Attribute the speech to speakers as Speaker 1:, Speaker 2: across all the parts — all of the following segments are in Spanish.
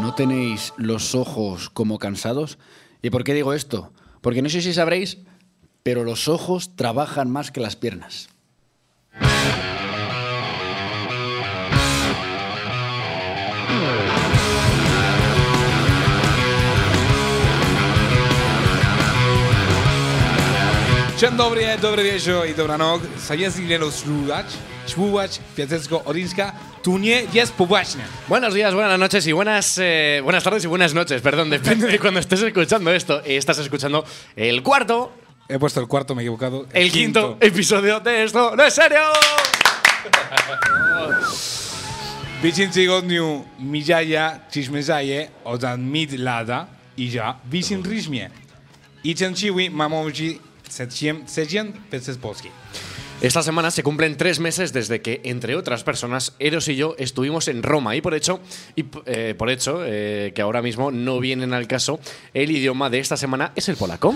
Speaker 1: ¿No tenéis los ojos como cansados? ¿Y por qué digo esto? Porque no sé si sabréis, pero los ojos trabajan más que las piernas.
Speaker 2: Dzień dobry, dobry wieczór i dobranoc. Sabías Lilo Szluwacz, Szluwacz, Piasecko, Orinska. Tu nie jest poważnie.
Speaker 3: Buenos días, buenas noches y buenas eh, buenas tardes y buenas noches, perdón, depende de cuando estés escuchando esto. Eh, Estás escuchando el cuarto,
Speaker 2: He puesto el cuarto, me he equivocado.
Speaker 3: el, quinto, episodio de esto. ¡No es serio!
Speaker 2: W tym tygodniu mijaja ciśmiezaje od mid lada i ja w tym rytmie. I ten ciły mamoji seciem, seciem, peces polski.
Speaker 3: Esta semana se cumplen tres meses desde que, entre otras personas, Eros y yo estuvimos en Roma y por hecho, y, p- eh, por hecho eh, que ahora mismo no vienen al caso, el idioma de esta semana es el polaco.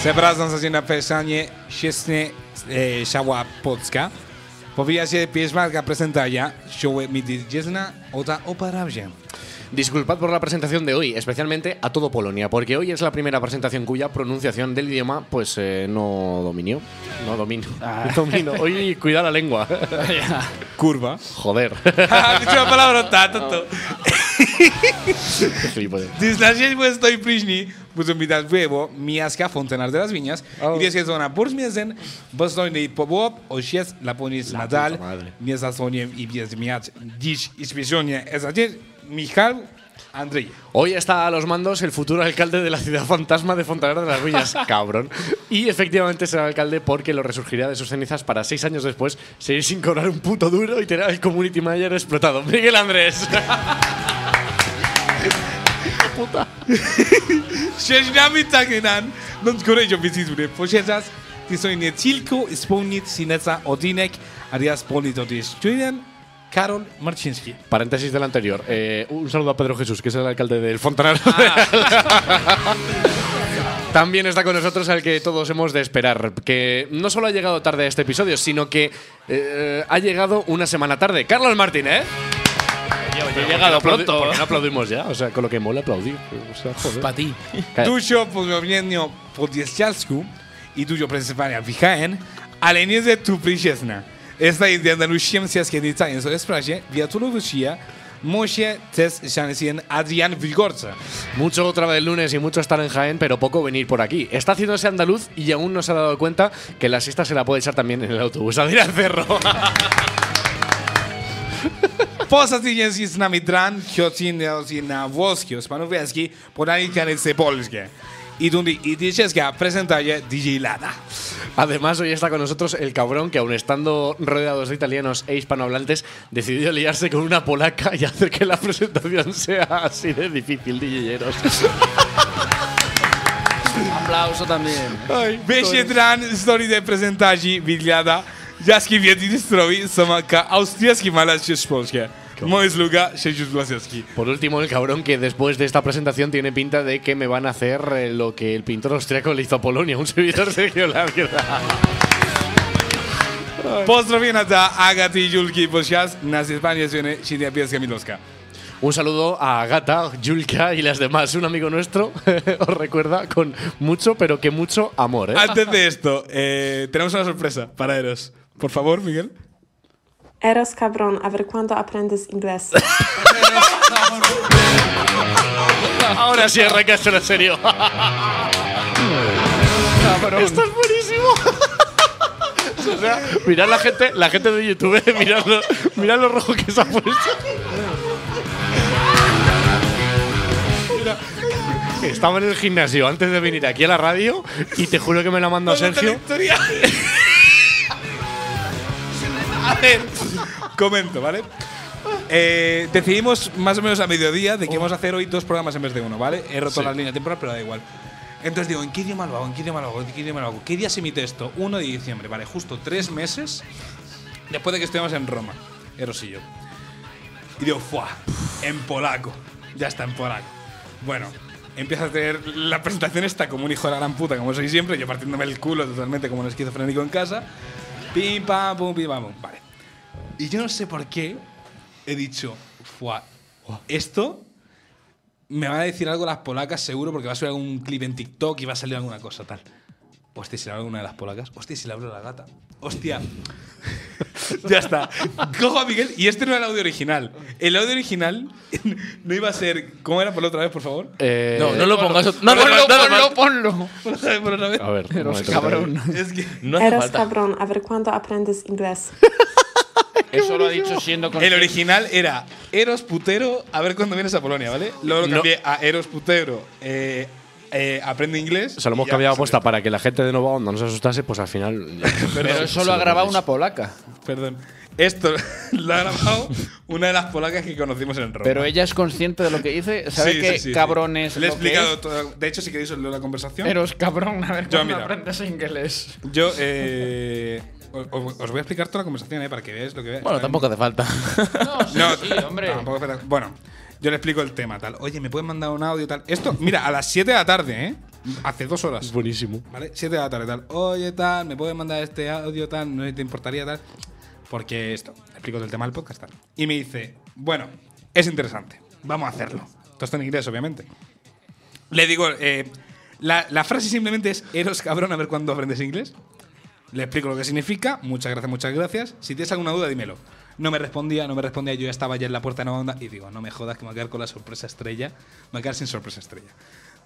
Speaker 2: Przepraszam za na pisanie Siesny e, Szała Polska. Powija się pieśmarka prezentaja, sioły mi dziedzina ota oparawzie.
Speaker 3: Disculpad por la presentación de hoy, especialmente a todo Polonia, porque hoy es la primera presentación cuya pronunciación del idioma pues eh, no dominó. No domino. domino. Hoy cuida la lengua.
Speaker 2: Kurwa.
Speaker 3: Joder.
Speaker 2: Wyczuła palabra, ta, to, to.
Speaker 3: Qué gilipollas.
Speaker 2: Dyslasie, bo stoi później, bo to mi dać było, miaska Fontenar de las Viñas. I jest zona Bursmiesen, bo stoi powołop, oś jest Laponiec Nadal,
Speaker 3: puta madre.
Speaker 2: nie zasłoniem i jest miać dziś i śmiesznie ezadzie, Michał Andrzej.
Speaker 3: Hoy está a los mandos el futuro alcalde de la ciudad fantasma de Fontanar de las Viñas, cabrón. Y efectivamente será alcalde porque lo resurgirá de sus cenizas para seis años después seguir sin cobrar un puto duro y tener al community manager explotado. Miguel Andrés.
Speaker 2: Sześćnami tak nan, no kolejno wizytury. Posiedzas, ty są nie tylko spełnić sineca odinek, a ja spełnić od Karol Marciński.
Speaker 3: Paréntesis del anterior. Eh, un saludo a Pedro Jesús, que es el alcalde del Fontanar. Ah. También está con nosotros al que todos hemos de esperar, que no solo ha llegado tarde a este episodio, sino que eh, ha llegado una semana tarde. Carlos ¿eh? Martínez.
Speaker 4: He llegado pronto.
Speaker 3: no aplaudimos ya? O sea, con lo que mola aplaudir. O sea, joder.
Speaker 4: Para ti.
Speaker 3: Calla.
Speaker 2: Dużo porozumienia po dzieciacku i dużo przesypania wichaen, ale nie ze tu przyjezna. Esta idiana luśniemcia skiedyca jest o sprawie, wiatulu wyszija, Moshe też szanesien Adrian Wilgorca.
Speaker 3: Mucho otra vez el lunes y mucho estar en Jaén, pero poco venir por aquí. Está haciéndose andaluz y aún no se ha dado cuenta que la siesta se la puede echar también en el autobús al ir al cerro.
Speaker 2: Poza tym jest z nami dran, kiociniosi na włoski, osmanowieski, podali kanece polskie. I tundy i dzieciacka prezentaje DJ Lada.
Speaker 3: Además, hoy está con nosotros el cabrón que, aun estando rodeados de italianos e hispanohablantes, decidió liarse con una polaca y hacer que la presentación sea así de difícil, DJeros.
Speaker 4: Aplauso también.
Speaker 2: Wyście dran story de prezentacji Wigliada, dziaski wiedzy strowi, sama ka austriacki malać się polskie. Moje zluga, siedzisz włoski.
Speaker 3: Por último, el cabrón que después de esta presentación tiene pinta de que me van a hacer eh, lo que el pintor austriaco le hizo a Polonia, un servidor Sergio Lárgueda.
Speaker 2: Pozdrowienia dla Agaty i Julki Bosias, nazywam je zwiony Sidia Pieska-Milowska.
Speaker 3: Un saludo a Gata, Yulka y las demás. Un amigo nuestro os recuerda con mucho, pero que mucho amor. ¿eh?
Speaker 2: Antes de esto, eh, tenemos una sorpresa para Eros. Por favor, Miguel.
Speaker 5: Eros cabrón, a ver cuándo aprendes inglés.
Speaker 3: Ahora sí arrancaste en serio. Esto es buenísimo. O sea, mirad la gente, la gente de YouTube, eh, mirad lo, mirad lo rojo que se ha puesto. Mira, Estaba en el gimnasio antes de venir aquí a la radio y te juro que me la mandó Sergio.
Speaker 2: A ver, comento, ¿vale? Eh, decidimos más o menos a mediodía de que íbamos a hacer hoy dos programas en vez de uno, ¿vale? He roto la línea temporal, pero da igual. Entonces digo, ¿en qué idioma lo hago? ¿En qué idioma lo hago? ¿En qué idioma lo hago? ¿Qué día se emite esto? 1 de diciembre, ¿vale? Justo tres meses después de que estuvimos en Roma, Eros y yo. Y digo, ¡fuah! En polaco. Ya está en polaco. Bueno, empieza a tener la presentación esta como un hijo de la gran puta, como soy siempre, yo partiéndome el culo totalmente como un esquizofrénico en casa. Pim, pam, pum, pim, pam, pum. Vale. Y yo no sé por qué he dicho, Fua. Esto me van a decir algo las polacas seguro porque va a subir algún clip en TikTok y va a salir alguna cosa tal. Hostia, si le hablo a una de las polacas. Hostia, si le hablo a la gata. Hostia. ya está. Cojo a Miguel y este no era el audio original. El audio original no iba a ser. ¿Cómo era por otra vez, por favor?
Speaker 3: Eh,
Speaker 4: No, Eh, no lo pongas. No, no,
Speaker 2: Ponlo,
Speaker 4: no,
Speaker 2: ponlo,
Speaker 4: ponlo, ponlo.
Speaker 2: Por otra vez, por otra vez.
Speaker 3: A ver, un momento,
Speaker 4: Cabrón.
Speaker 2: Es que.
Speaker 6: No hace
Speaker 5: Eros
Speaker 6: falta.
Speaker 5: cabrón, a ver cuándo aprendes inglés.
Speaker 4: Eso lo ha dicho siendo
Speaker 2: El
Speaker 4: consciente.
Speaker 2: original era Eros Putero, a ver cuándo vienes a Polonia, ¿vale? Luego lo
Speaker 3: No.
Speaker 2: cambié a Eros Putero, eh, eh, aprende inglés.
Speaker 3: Se lo hemos
Speaker 2: y ya
Speaker 3: cambiado
Speaker 2: salió.
Speaker 3: apuesta para que la gente de Nueva Onda no se asustase, pues al final.
Speaker 1: Pero eso lo ha grabado una polaca.
Speaker 2: Perdón. Esto lo ha grabado una de las polacas que conocimos en Roma.
Speaker 1: Pero ella es consciente de lo que dice. ¿Sabe
Speaker 2: Sí,
Speaker 1: qué
Speaker 2: sí, sí, sí.
Speaker 1: cabrones?
Speaker 2: Le he explicado todo. De hecho, si queréis os leo la conversación.
Speaker 4: Pero es cabrón, a ver
Speaker 2: Yo,
Speaker 4: cómo
Speaker 2: mira.
Speaker 4: aprendes inglés.
Speaker 2: Yo eh, o- o- os, voy a explicar toda la conversación, eh, para que veáis lo que veáis.
Speaker 6: Bueno, tampoco hace falta.
Speaker 4: No, sí,
Speaker 2: No,
Speaker 4: sí, hombre.
Speaker 2: tampoco hace- bueno, yo le explico el tema, tal. Oye, ¿me puedes mandar un audio, tal? Esto, mira, a las 7 de la tarde, ¿eh? Hace dos horas.
Speaker 3: Buenísimo.
Speaker 2: ¿Vale? 7 de la tarde, tal. Oye, tal, me puedes mandar este audio, tal, no sé si te importaría, tal. Porque esto, le explico el tema del podcast, tal. Y me dice, bueno, es interesante, vamos a hacerlo. Todo está en inglés, obviamente. Le digo, eh, la, la frase simplemente es, eros cabrón, a ver cuándo aprendes inglés. Le explico lo que significa, muchas gracias, muchas gracias. Si tienes alguna duda, dímelo. No me respondía, no me respondía, yo ya estaba ya en la puerta de Nueva Onda y digo, no me jodas que me voy a quedar con la sorpresa estrella, me voy a quedar sin sorpresa estrella.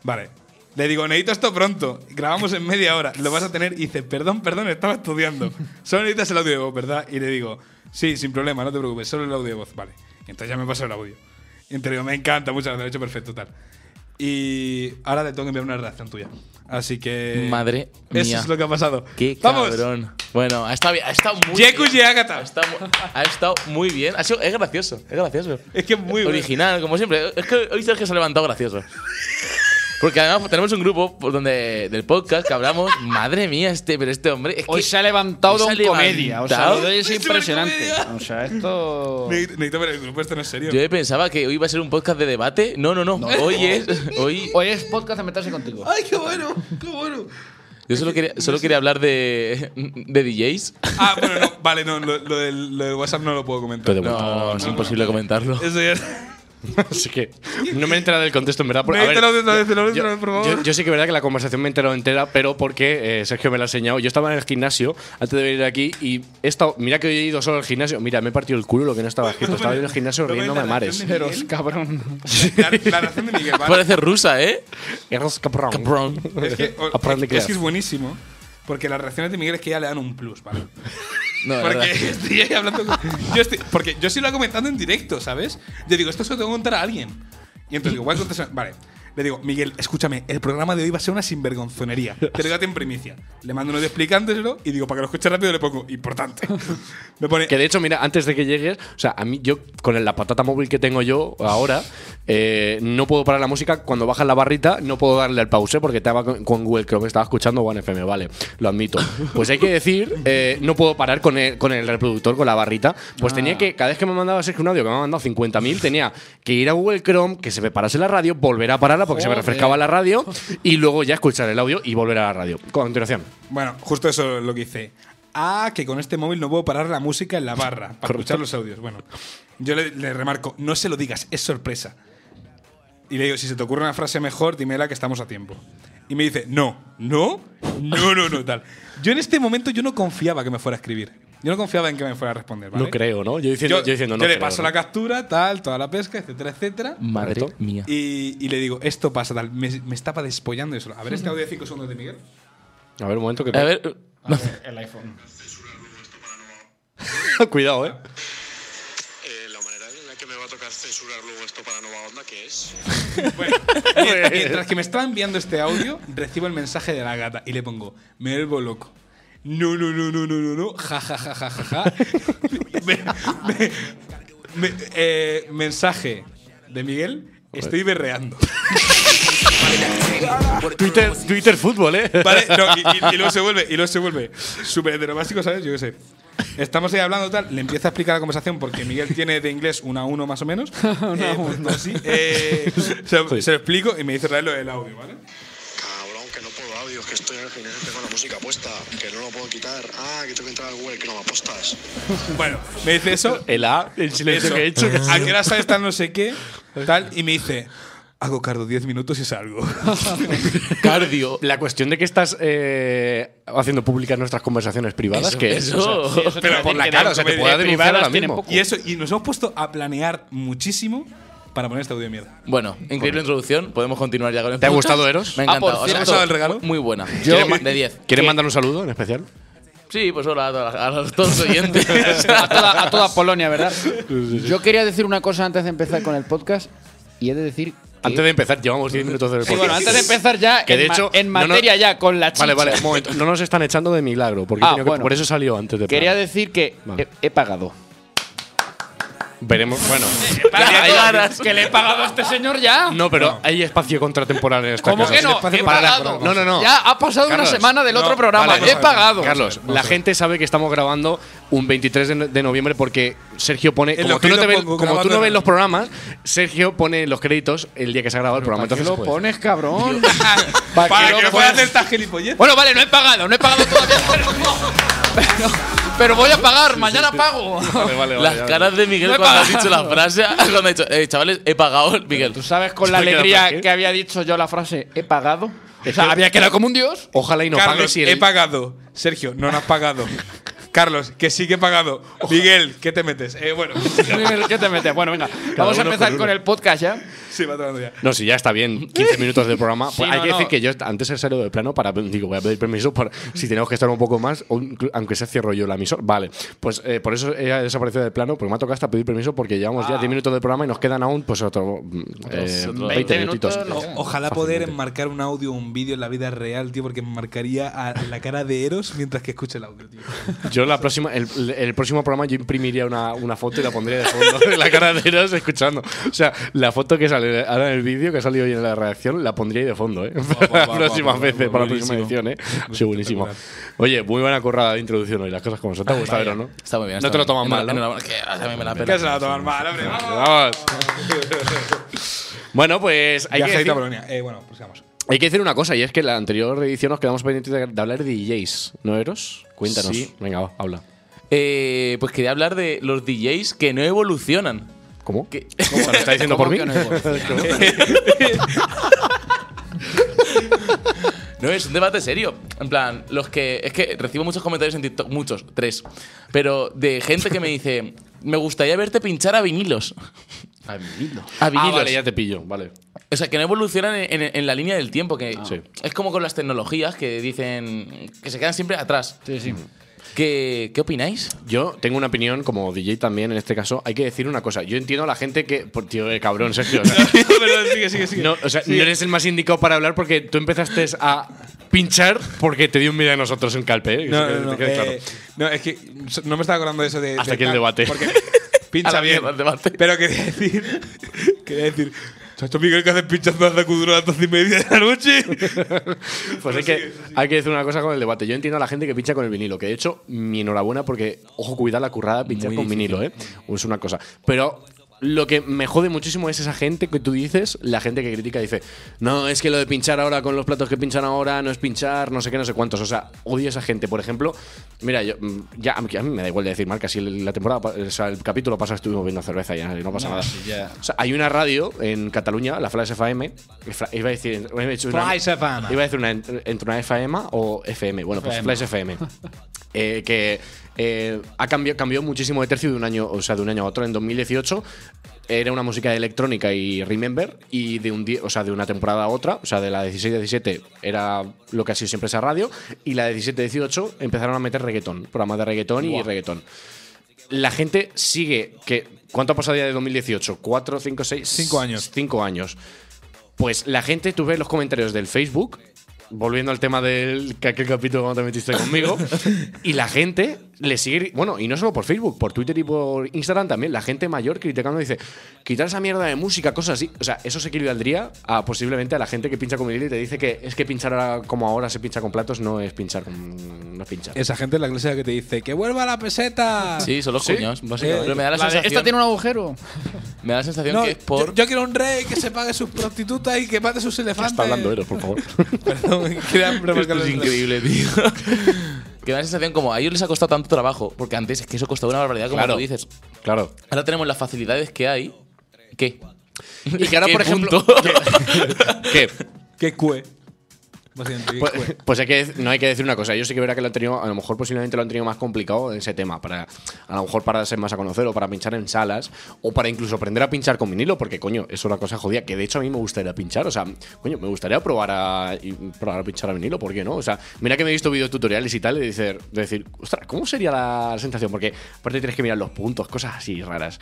Speaker 2: Vale. Le digo, necesito esto pronto. Grabamos en media hora, lo vas a tener. Y dice, perdón, perdón, estaba estudiando. Solo necesitas el audio de voz, ¿verdad? Y le digo, sí, sin problema, no te preocupes, solo el audio de voz. Vale. Y entonces ya me pasó el audio. Y entonces digo, me encanta, muchas gracias, lo he hecho perfecto, tal. Y ahora le tengo que enviar una redacción tuya. Así que.
Speaker 6: Madre
Speaker 2: Eso
Speaker 6: mía.
Speaker 2: es lo que ha pasado.
Speaker 6: Qué
Speaker 2: ¡Vamos!
Speaker 6: cabrón. Bueno, ha estado, bien- ha estado muy
Speaker 2: Yeku
Speaker 6: bien.
Speaker 2: Yeagata.
Speaker 6: Ha estado, mu- ha estado muy bien. Ha sido, es gracioso, es gracioso.
Speaker 2: Es que es muy bueno.
Speaker 6: Original, como siempre. Es que hoy Sergio se ha levantado gracioso. Porque además tenemos un grupo por donde, del podcast que hablamos. Madre mía, este, pero este hombre. Es
Speaker 1: Hoy
Speaker 6: que-
Speaker 1: se ha levantado
Speaker 6: se
Speaker 1: de
Speaker 6: ha
Speaker 1: un comedia. O sea,
Speaker 6: levantado.
Speaker 1: lo de- es
Speaker 2: Es una
Speaker 1: impresionante.
Speaker 2: comedia.
Speaker 1: O sea, esto.
Speaker 2: Ne- Necesito ver el grupo, esto no es serio.
Speaker 6: Yo pensaba que hoy iba a ser un podcast de debate. No, no, no. hoy es. Hoy,
Speaker 1: Hoy es podcast de meterse contigo.
Speaker 2: ¡Ay, qué bueno! ¡Qué bueno!
Speaker 6: yo solo quería, solo quería hablar de, de DJs.
Speaker 2: Ah, bueno, no, vale, no, lo, lo del, lo de WhatsApp no lo puedo comentar.
Speaker 3: Pero de-
Speaker 6: No,
Speaker 3: No,
Speaker 6: es
Speaker 3: no,
Speaker 6: imposible comentarlo.
Speaker 2: Eso ya es.
Speaker 3: Así que no me he enterado del contexto, en verdad. por- a
Speaker 2: Me he
Speaker 3: ver,
Speaker 2: enterado otra vez, te lo
Speaker 3: yo,
Speaker 2: otra vez, por favor.
Speaker 3: yo- yo sí que es verdad que la conversación me he enterado entera, pero porque eh, Sergio me la ha enseñado. Yo estaba en el gimnasio antes de venir aquí y he estado. Mira que hoy he ido solo al gimnasio. Mira, me he partido el culo lo que no estaba escrito. Estaba yo en el gimnasio
Speaker 2: No me
Speaker 3: riéndome a
Speaker 2: la
Speaker 3: mares.
Speaker 2: reacción de
Speaker 4: Eros, cabrón.
Speaker 2: La, la razón de Miguel, ¿vale?
Speaker 6: Parece rusa, ¿eh?
Speaker 3: Eros cabrón.
Speaker 6: Cabrón.
Speaker 2: Es que, o-
Speaker 3: Aprende
Speaker 2: es que es,
Speaker 3: creas.
Speaker 2: buenísimo. Porque las reacciones de Miguel es que ya le dan un plus, ¿vale?
Speaker 6: No, la
Speaker 2: Porque
Speaker 6: verdad.
Speaker 2: estoy ahí hablando con- yo estoy- porque yo sí lo he comentado en directo, ¿sabes? Yo digo, esto se lo tengo que contar a alguien. Y entonces digo, voy a contestar- Vale. Le digo, Miguel, escúchame, el programa de hoy va a ser una sinvergonzonería. Te lo date en primicia. Le mando un audio explicándoselo y digo, para que lo escuche rápido le pongo, importante. Me pone,
Speaker 3: Que de hecho, mira, antes de que llegues, o sea, a mí yo con la patata móvil que tengo yo ahora, eh, no puedo parar la música. Cuando bajas la barrita, no puedo darle al pause porque estaba con con Google Chrome, estaba escuchando One FM, vale, lo admito. Pues hay que decir, eh, no puedo parar con el, con el reproductor, con la barrita. Pues
Speaker 2: Ah.
Speaker 3: tenía que, cada vez que me mandaba Sergio un audio, que me ha mandado 50.000, tenía que ir a Google Chrome, que se me parase la radio, volver a pararla porque se me
Speaker 1: Joder.
Speaker 3: refrescaba la radio y luego ya escuchar el audio y volver a la radio. Continuación.
Speaker 2: Bueno, justo eso es lo que hice. Ah, que con este móvil no puedo parar la música en la barra para escuchar los audios. Bueno, yo le, le remarco, no se lo digas, es sorpresa. Y le digo, si se te ocurre una frase mejor, dímela que estamos a tiempo. Y me dice, no, no, no, no, no, tal. Yo en este momento yo no confiaba que me fuera a escribir. Yo no confiaba en que me fuera a responder, ¿vale?
Speaker 3: No creo, ¿no? Yo diciendo, yo, diciendo no.
Speaker 2: yo le
Speaker 3: creo,
Speaker 2: paso
Speaker 3: ¿no?
Speaker 2: la captura, tal, toda la pesca, etcétera, etcétera.
Speaker 6: Madre
Speaker 3: Correcto.
Speaker 6: mía.
Speaker 2: Y, y le digo, esto pasa, tal. Me, me estaba despollando eso. A ver, este audio de 5 segundos de Miguel.
Speaker 3: A ver, un momento que.
Speaker 6: A ver,
Speaker 4: El iPhone.
Speaker 3: Cuidado, ¿eh?
Speaker 7: Eh, la manera en la que me va a tocar censurar luego esto para Nueva Onda, que es...
Speaker 2: Bueno, mien- mientras que me estaba enviando este audio, recibo el mensaje de la gata y le pongo, me vuelvo loco. No, no, no, no, no, no, no, ja, ja, ja, ja, ja, ja. Me- me- me- eh, mensaje de Miguel, estoy berreando.
Speaker 3: Twitter, Twitter fútbol, ¿eh?
Speaker 2: ¿Vale? No, y, y- y luego se vuelve, y luego se vuelve súper heterobásico, ¿sabes? Yo qué sé. Estamos ahí hablando tal, le empieza a explicar la conversación porque Miguel tiene de inglés una a uno más o menos. pues, una a uno. eh, Así. Eh, se, se lo explico y me dice traerlo el audio, ¿vale?
Speaker 7: Cabrón, que no puedo audio. tío, es que estoy en el gimnasio tengo la música puesta, que no lo puedo quitar. Ah, que tengo que entrar al Google, que no me apostas.
Speaker 2: Bueno, me dice eso.
Speaker 3: El A, el silencio
Speaker 2: eso.
Speaker 3: que he hecho. que-
Speaker 2: ¿A qué hora sale esta no sé qué? Tal, y me dice, hago cardo 10 minutos y salgo.
Speaker 6: Cardio.
Speaker 3: La cuestión de que estás eh, haciendo públicas nuestras conversaciones privadas, que es.
Speaker 6: Eso.
Speaker 2: Pero por la
Speaker 3: Claro, o sea, te
Speaker 2: Comedia
Speaker 3: puedo denunciar ahora
Speaker 4: privadas tienen
Speaker 3: mismo.
Speaker 2: y eso, y nos hemos puesto a planear muchísimo para poner este audio de mierda.
Speaker 6: Bueno, increíble introducción. Podemos continuar ya con el
Speaker 3: ¿Te ha
Speaker 6: podcast.
Speaker 3: gustado, Eros?
Speaker 6: Me ha encantado.
Speaker 2: Ah, por
Speaker 6: O sea,
Speaker 2: cierto,
Speaker 6: esto-
Speaker 2: ¿sabes el regalo?
Speaker 6: Muy buena.
Speaker 3: Yo-
Speaker 6: Yo, de 10.
Speaker 3: ¿Quieres
Speaker 6: Que-
Speaker 3: mandar un saludo en especial?
Speaker 6: Sí, pues hola a, todas- a los- todos los oyentes.
Speaker 1: A toda, a toda Polonia, ¿verdad? Yo quería decir una cosa antes de empezar con el podcast y he de decir. que-
Speaker 3: Antes de empezar, llevamos 10 minutos del
Speaker 1: Sí,
Speaker 3: podcast.
Speaker 1: bueno, antes de empezar ya,
Speaker 3: Que de
Speaker 1: en, ma-
Speaker 3: hecho,
Speaker 1: en
Speaker 3: no, no-
Speaker 1: materia ya, con la chicha.
Speaker 3: Vale, vale, un momento. No nos están echando de milagro, porque
Speaker 1: Ah,
Speaker 3: tenía que-
Speaker 1: bueno.
Speaker 3: por eso salió antes de.
Speaker 1: Quería
Speaker 3: plan.
Speaker 1: decir que
Speaker 3: Vale.
Speaker 1: he, he pagado.
Speaker 3: Veremos. Bueno.
Speaker 6: Claro,
Speaker 1: Ahí-
Speaker 6: claro.
Speaker 1: ¿Que le he pagado a este señor ya?
Speaker 3: No, pero hay espacio contratemporal en esta
Speaker 1: ¿Cómo
Speaker 3: casa.
Speaker 1: que no?
Speaker 2: espacio
Speaker 1: He
Speaker 2: para la-
Speaker 1: pagado.
Speaker 3: No, no, no.
Speaker 1: Ya ha pasado
Speaker 3: Carlos,
Speaker 1: una semana del
Speaker 2: no,
Speaker 1: otro programa.
Speaker 2: vale,
Speaker 1: he
Speaker 2: no,
Speaker 1: pagado.
Speaker 2: Vamos
Speaker 3: Carlos,
Speaker 2: a ver,
Speaker 3: la
Speaker 2: vamos a ver.
Speaker 3: gente sabe que estamos grabando un 23 de, no- de noviembre porque Sergio pone.
Speaker 2: En
Speaker 3: Como
Speaker 2: los
Speaker 3: tú no, te
Speaker 2: créditos
Speaker 3: ves,
Speaker 2: pongo
Speaker 3: como tú
Speaker 2: grabando
Speaker 3: no ves
Speaker 2: en-
Speaker 3: los programas, Sergio pone los créditos el día que se ha grabado el programa. Entonces, pues,
Speaker 1: cabrón?
Speaker 2: Para,
Speaker 1: que
Speaker 2: que
Speaker 1: lo
Speaker 2: no pueda
Speaker 1: puedas-
Speaker 2: hacer esta gilipollez.
Speaker 1: bueno, vale, no he pagado, no he pagado todavía. Pero, pero- pero voy a pagar, mañana pago.
Speaker 3: Vale, vale, vale,
Speaker 6: Las
Speaker 3: ya.
Speaker 6: caras de Miguel
Speaker 1: No he
Speaker 6: cuando ha
Speaker 1: pagado.
Speaker 6: dicho la frase, cuando ha dicho, eh, chavales, he pagado, Miguel.
Speaker 1: ¿Tú sabes con la
Speaker 3: Se me queda
Speaker 1: alegría
Speaker 3: tranquilo.
Speaker 1: que había dicho yo la frase he pagado? O sea, había quedado como un dios.
Speaker 3: Ojalá y no pague
Speaker 2: Carlos,
Speaker 3: si el-
Speaker 2: he pagado. Sergio, no, no has pagado. Carlos, que sí que he pagado. Miguel, ¿qué te metes? Eh, bueno,
Speaker 1: ¿Qué te metes? Bueno, venga, vamos a
Speaker 3: uno
Speaker 1: empezar
Speaker 3: con
Speaker 1: con
Speaker 3: uno.
Speaker 1: el podcast ya.
Speaker 2: sí, va tomando ya.
Speaker 3: No, si ya está bien, 15 minutos de programa. Pues hay
Speaker 1: no,
Speaker 3: que
Speaker 1: no.
Speaker 3: decir que yo antes he salido de plano para. Digo, voy a pedir permiso para, si tenemos que estar un poco más, o inclu- aunque se cierro yo la emisora. Vale, pues eh, por eso he desaparecido del plano, porque me ha tocado hasta pedir permiso porque llevamos
Speaker 2: Ah.
Speaker 3: ya 10 minutos de programa y nos quedan aún, pues, otro. mm, eh,
Speaker 1: 20
Speaker 3: 20
Speaker 1: minutos,
Speaker 3: minutitos.
Speaker 1: no.
Speaker 2: Ojalá poder enmarcar un audio o un vídeo en la vida real, tío, porque marcaría a la cara de Eros mientras que escuche el audio, tío.
Speaker 3: Yo la próxima, el, el próximo programa yo imprimiría una, una foto y la pondría de fondo de la cara de Eros escuchando. O sea, la foto que sale ahora en el vídeo que ha salido hoy en la redacción la pondría ahí de fondo, ¿eh? Para
Speaker 2: guau,
Speaker 3: las próximas
Speaker 2: guau,
Speaker 3: veces, para la próxima
Speaker 2: buenísimo.
Speaker 3: edición, ¿eh? Sí, buenísimo. Oye, muy buena corrada de introducción hoy, las cosas como son. ¿Te ha gustado, Eros, no?
Speaker 6: Está muy bien.
Speaker 3: No
Speaker 6: está
Speaker 3: te lo
Speaker 6: bien.
Speaker 3: tomas mal,
Speaker 6: Enhorabuena-
Speaker 3: ¿no?
Speaker 6: enhorabuena, que a mí me la
Speaker 2: ¿Qué
Speaker 6: pela.
Speaker 2: se la va a tomar mal, hombre? Vamos.
Speaker 3: Vamos. Bueno, pues hay que,
Speaker 2: Viaje
Speaker 3: decir,
Speaker 2: a Polonia. Eh, bueno, pues sigamos.
Speaker 3: hay que decir una cosa, y es que en la anterior edición nos quedamos pendientes de, de hablar de DJs, ¿no, Eros? Cuéntanos.
Speaker 6: Sí.
Speaker 3: Venga, va, habla.
Speaker 6: Eh, pues quería hablar de los DJs que no evolucionan.
Speaker 3: ¿Cómo?
Speaker 6: Que-
Speaker 3: ¿Se lo está diciendo por mí?
Speaker 6: No, es un debate serio. En plan, los que. Es que recibo muchos comentarios en TikTok, muchos, tres. Pero de gente que me dice: Me gustaría verte pinchar a vinilos.
Speaker 1: A
Speaker 6: A
Speaker 3: Ah,
Speaker 6: vinilos.
Speaker 3: vale, ya te pillo, vale.
Speaker 6: O sea, que no evolucionan en, en- en la línea del tiempo. Que
Speaker 3: Sí.
Speaker 6: Es como con las tecnologías que dicen. que se quedan siempre atrás.
Speaker 1: Sí, sí.
Speaker 6: ¿Qué, qué opináis?
Speaker 3: Yo tengo una opinión, como DJ también en este caso, hay que decir una cosa. Yo entiendo a la gente que. Por, tío, eh, cabrón, Sergio. o sea,
Speaker 2: Perdón, sigue, sigue, sigue.
Speaker 3: no, o sea, no eres el más indicado para hablar porque tú empezaste a pinchar porque te dio un miedo a nosotros en Calpe. ¿eh?
Speaker 2: No,
Speaker 3: Que
Speaker 2: no,
Speaker 3: te
Speaker 2: no,
Speaker 3: quede claro.
Speaker 2: eh, no, es que so- no me estaba acordando de eso de.
Speaker 3: Hasta
Speaker 2: de
Speaker 3: aquí el
Speaker 2: tal,
Speaker 3: debate.
Speaker 2: Porque
Speaker 6: A
Speaker 2: pincha
Speaker 6: la
Speaker 2: bien.
Speaker 6: mierda el debate.
Speaker 2: Pero quería decir. quería decir. Chacho Miguel, que haces pinchando a Zakuduro a las doce y media de la noche?
Speaker 3: Pues hay que, hay que decir una cosa con el debate. Yo entiendo a la gente que pincha con el vinilo, que de hecho, mi enhorabuena porque, ojo, cuidar la currada, pinchar
Speaker 6: Muy
Speaker 3: con
Speaker 6: difícil.
Speaker 3: vinilo, ¿eh? Es una cosa. Pero lo que me jode muchísimo es esa gente que tú dices, la gente que critica dice, no, es que lo de pinchar ahora con los platos que pinchan ahora no es pinchar, no sé qué, no sé cuántos. O sea, odio a esa gente. Por ejemplo, mira, yo, mm, ya, a mí a mí me da igual de decir marcas, si la temporada, pa- o sea, el capítulo pasado estuvimos viendo cerveza ya, y no pasa nada. O sea, hay una radio en Cataluña, la Flash FM, Fla- iba a decir, he hecho una-
Speaker 2: Flash FM.
Speaker 3: iba a decir una ent- entre una FM o FM. Bueno, pues Flash FM. Eh, que eh, ha cambiado, cambió muchísimo de tercio de un año, o sea, de un año a otro. En 2018 era una música electrónica y Remember, y de un die- o sea, de una temporada a otra, o sea, de la 16-17 era lo que ha sido siempre esa radio, y la 17-18 empezaron a meter reggaetón, programas de reggaetón y reggaetón. La gente sigue que. ¿Cuánto ha pasado ya de 2018? ¿Cuatro, cinco, seis?
Speaker 2: Cinco años.
Speaker 3: Cinco años. Pues la gente, tú ves los comentarios del Facebook, volviendo al tema del que aquel capítulo cuando te metiste conmigo, y la gente le sigue, bueno, y no solo por Facebook, por Twitter y por Instagram también, la gente mayor criticando dice, quitar esa mierda de música, cosas así. O sea, eso se equivaldría a posiblemente a la gente que pincha con vinilo y te dice que es que pinchar ahora- como ahora se pincha con platos no es pinchar con, no es pinchar.
Speaker 2: Esa gente en la iglesia que te dice ¡Que vuelva la peseta!
Speaker 6: Sí, son los cuñados,
Speaker 2: Eh,
Speaker 6: básicamente. Pero me da la
Speaker 4: La de,
Speaker 6: sensación,
Speaker 4: Esta tiene un agujero.
Speaker 6: me da la sensación
Speaker 2: No,
Speaker 6: que es por.
Speaker 2: yo, yo quiero un rey que se pague sus prostitutas y que mate sus
Speaker 3: ¿Qué
Speaker 2: elefantes.
Speaker 3: está hablando Eros, por favor?
Speaker 2: Perdón, crean bromas
Speaker 6: Esto
Speaker 2: con
Speaker 6: es
Speaker 2: los-
Speaker 6: increíble, tío. que me da la sensación como a ellos les ha costado tanto trabajo, porque antes es que eso costaba una barbaridad, como
Speaker 3: Claro.
Speaker 6: tú dices.
Speaker 3: claro.
Speaker 6: Ahora tenemos las facilidades que hay. ¿Qué?
Speaker 3: Y que ahora,
Speaker 6: ¿Qué
Speaker 3: por ejemplo.
Speaker 6: punto?
Speaker 3: ¿Qué?
Speaker 2: Qué cue. Básicamente, qué
Speaker 3: Pues,
Speaker 2: cue.
Speaker 3: pues hay que, dec- no hay que decir una cosa. Yo sí que verá que lo han tenido, a lo mejor posiblemente lo han tenido más complicado ese tema. Para, a lo mejor para darse más a conocer o para pinchar en salas o para incluso aprender a pinchar con vinilo, porque coño, es una cosa jodida. Que de hecho a mí me gustaría pinchar. O sea, coño, me gustaría probar a, y probar a pinchar a vinilo, ¿por qué no? O sea, mira que me he visto videotutoriales y tal de decir, de decir, ostras, ¿cómo sería la sensación? Porque aparte tienes que mirar los puntos, cosas así raras.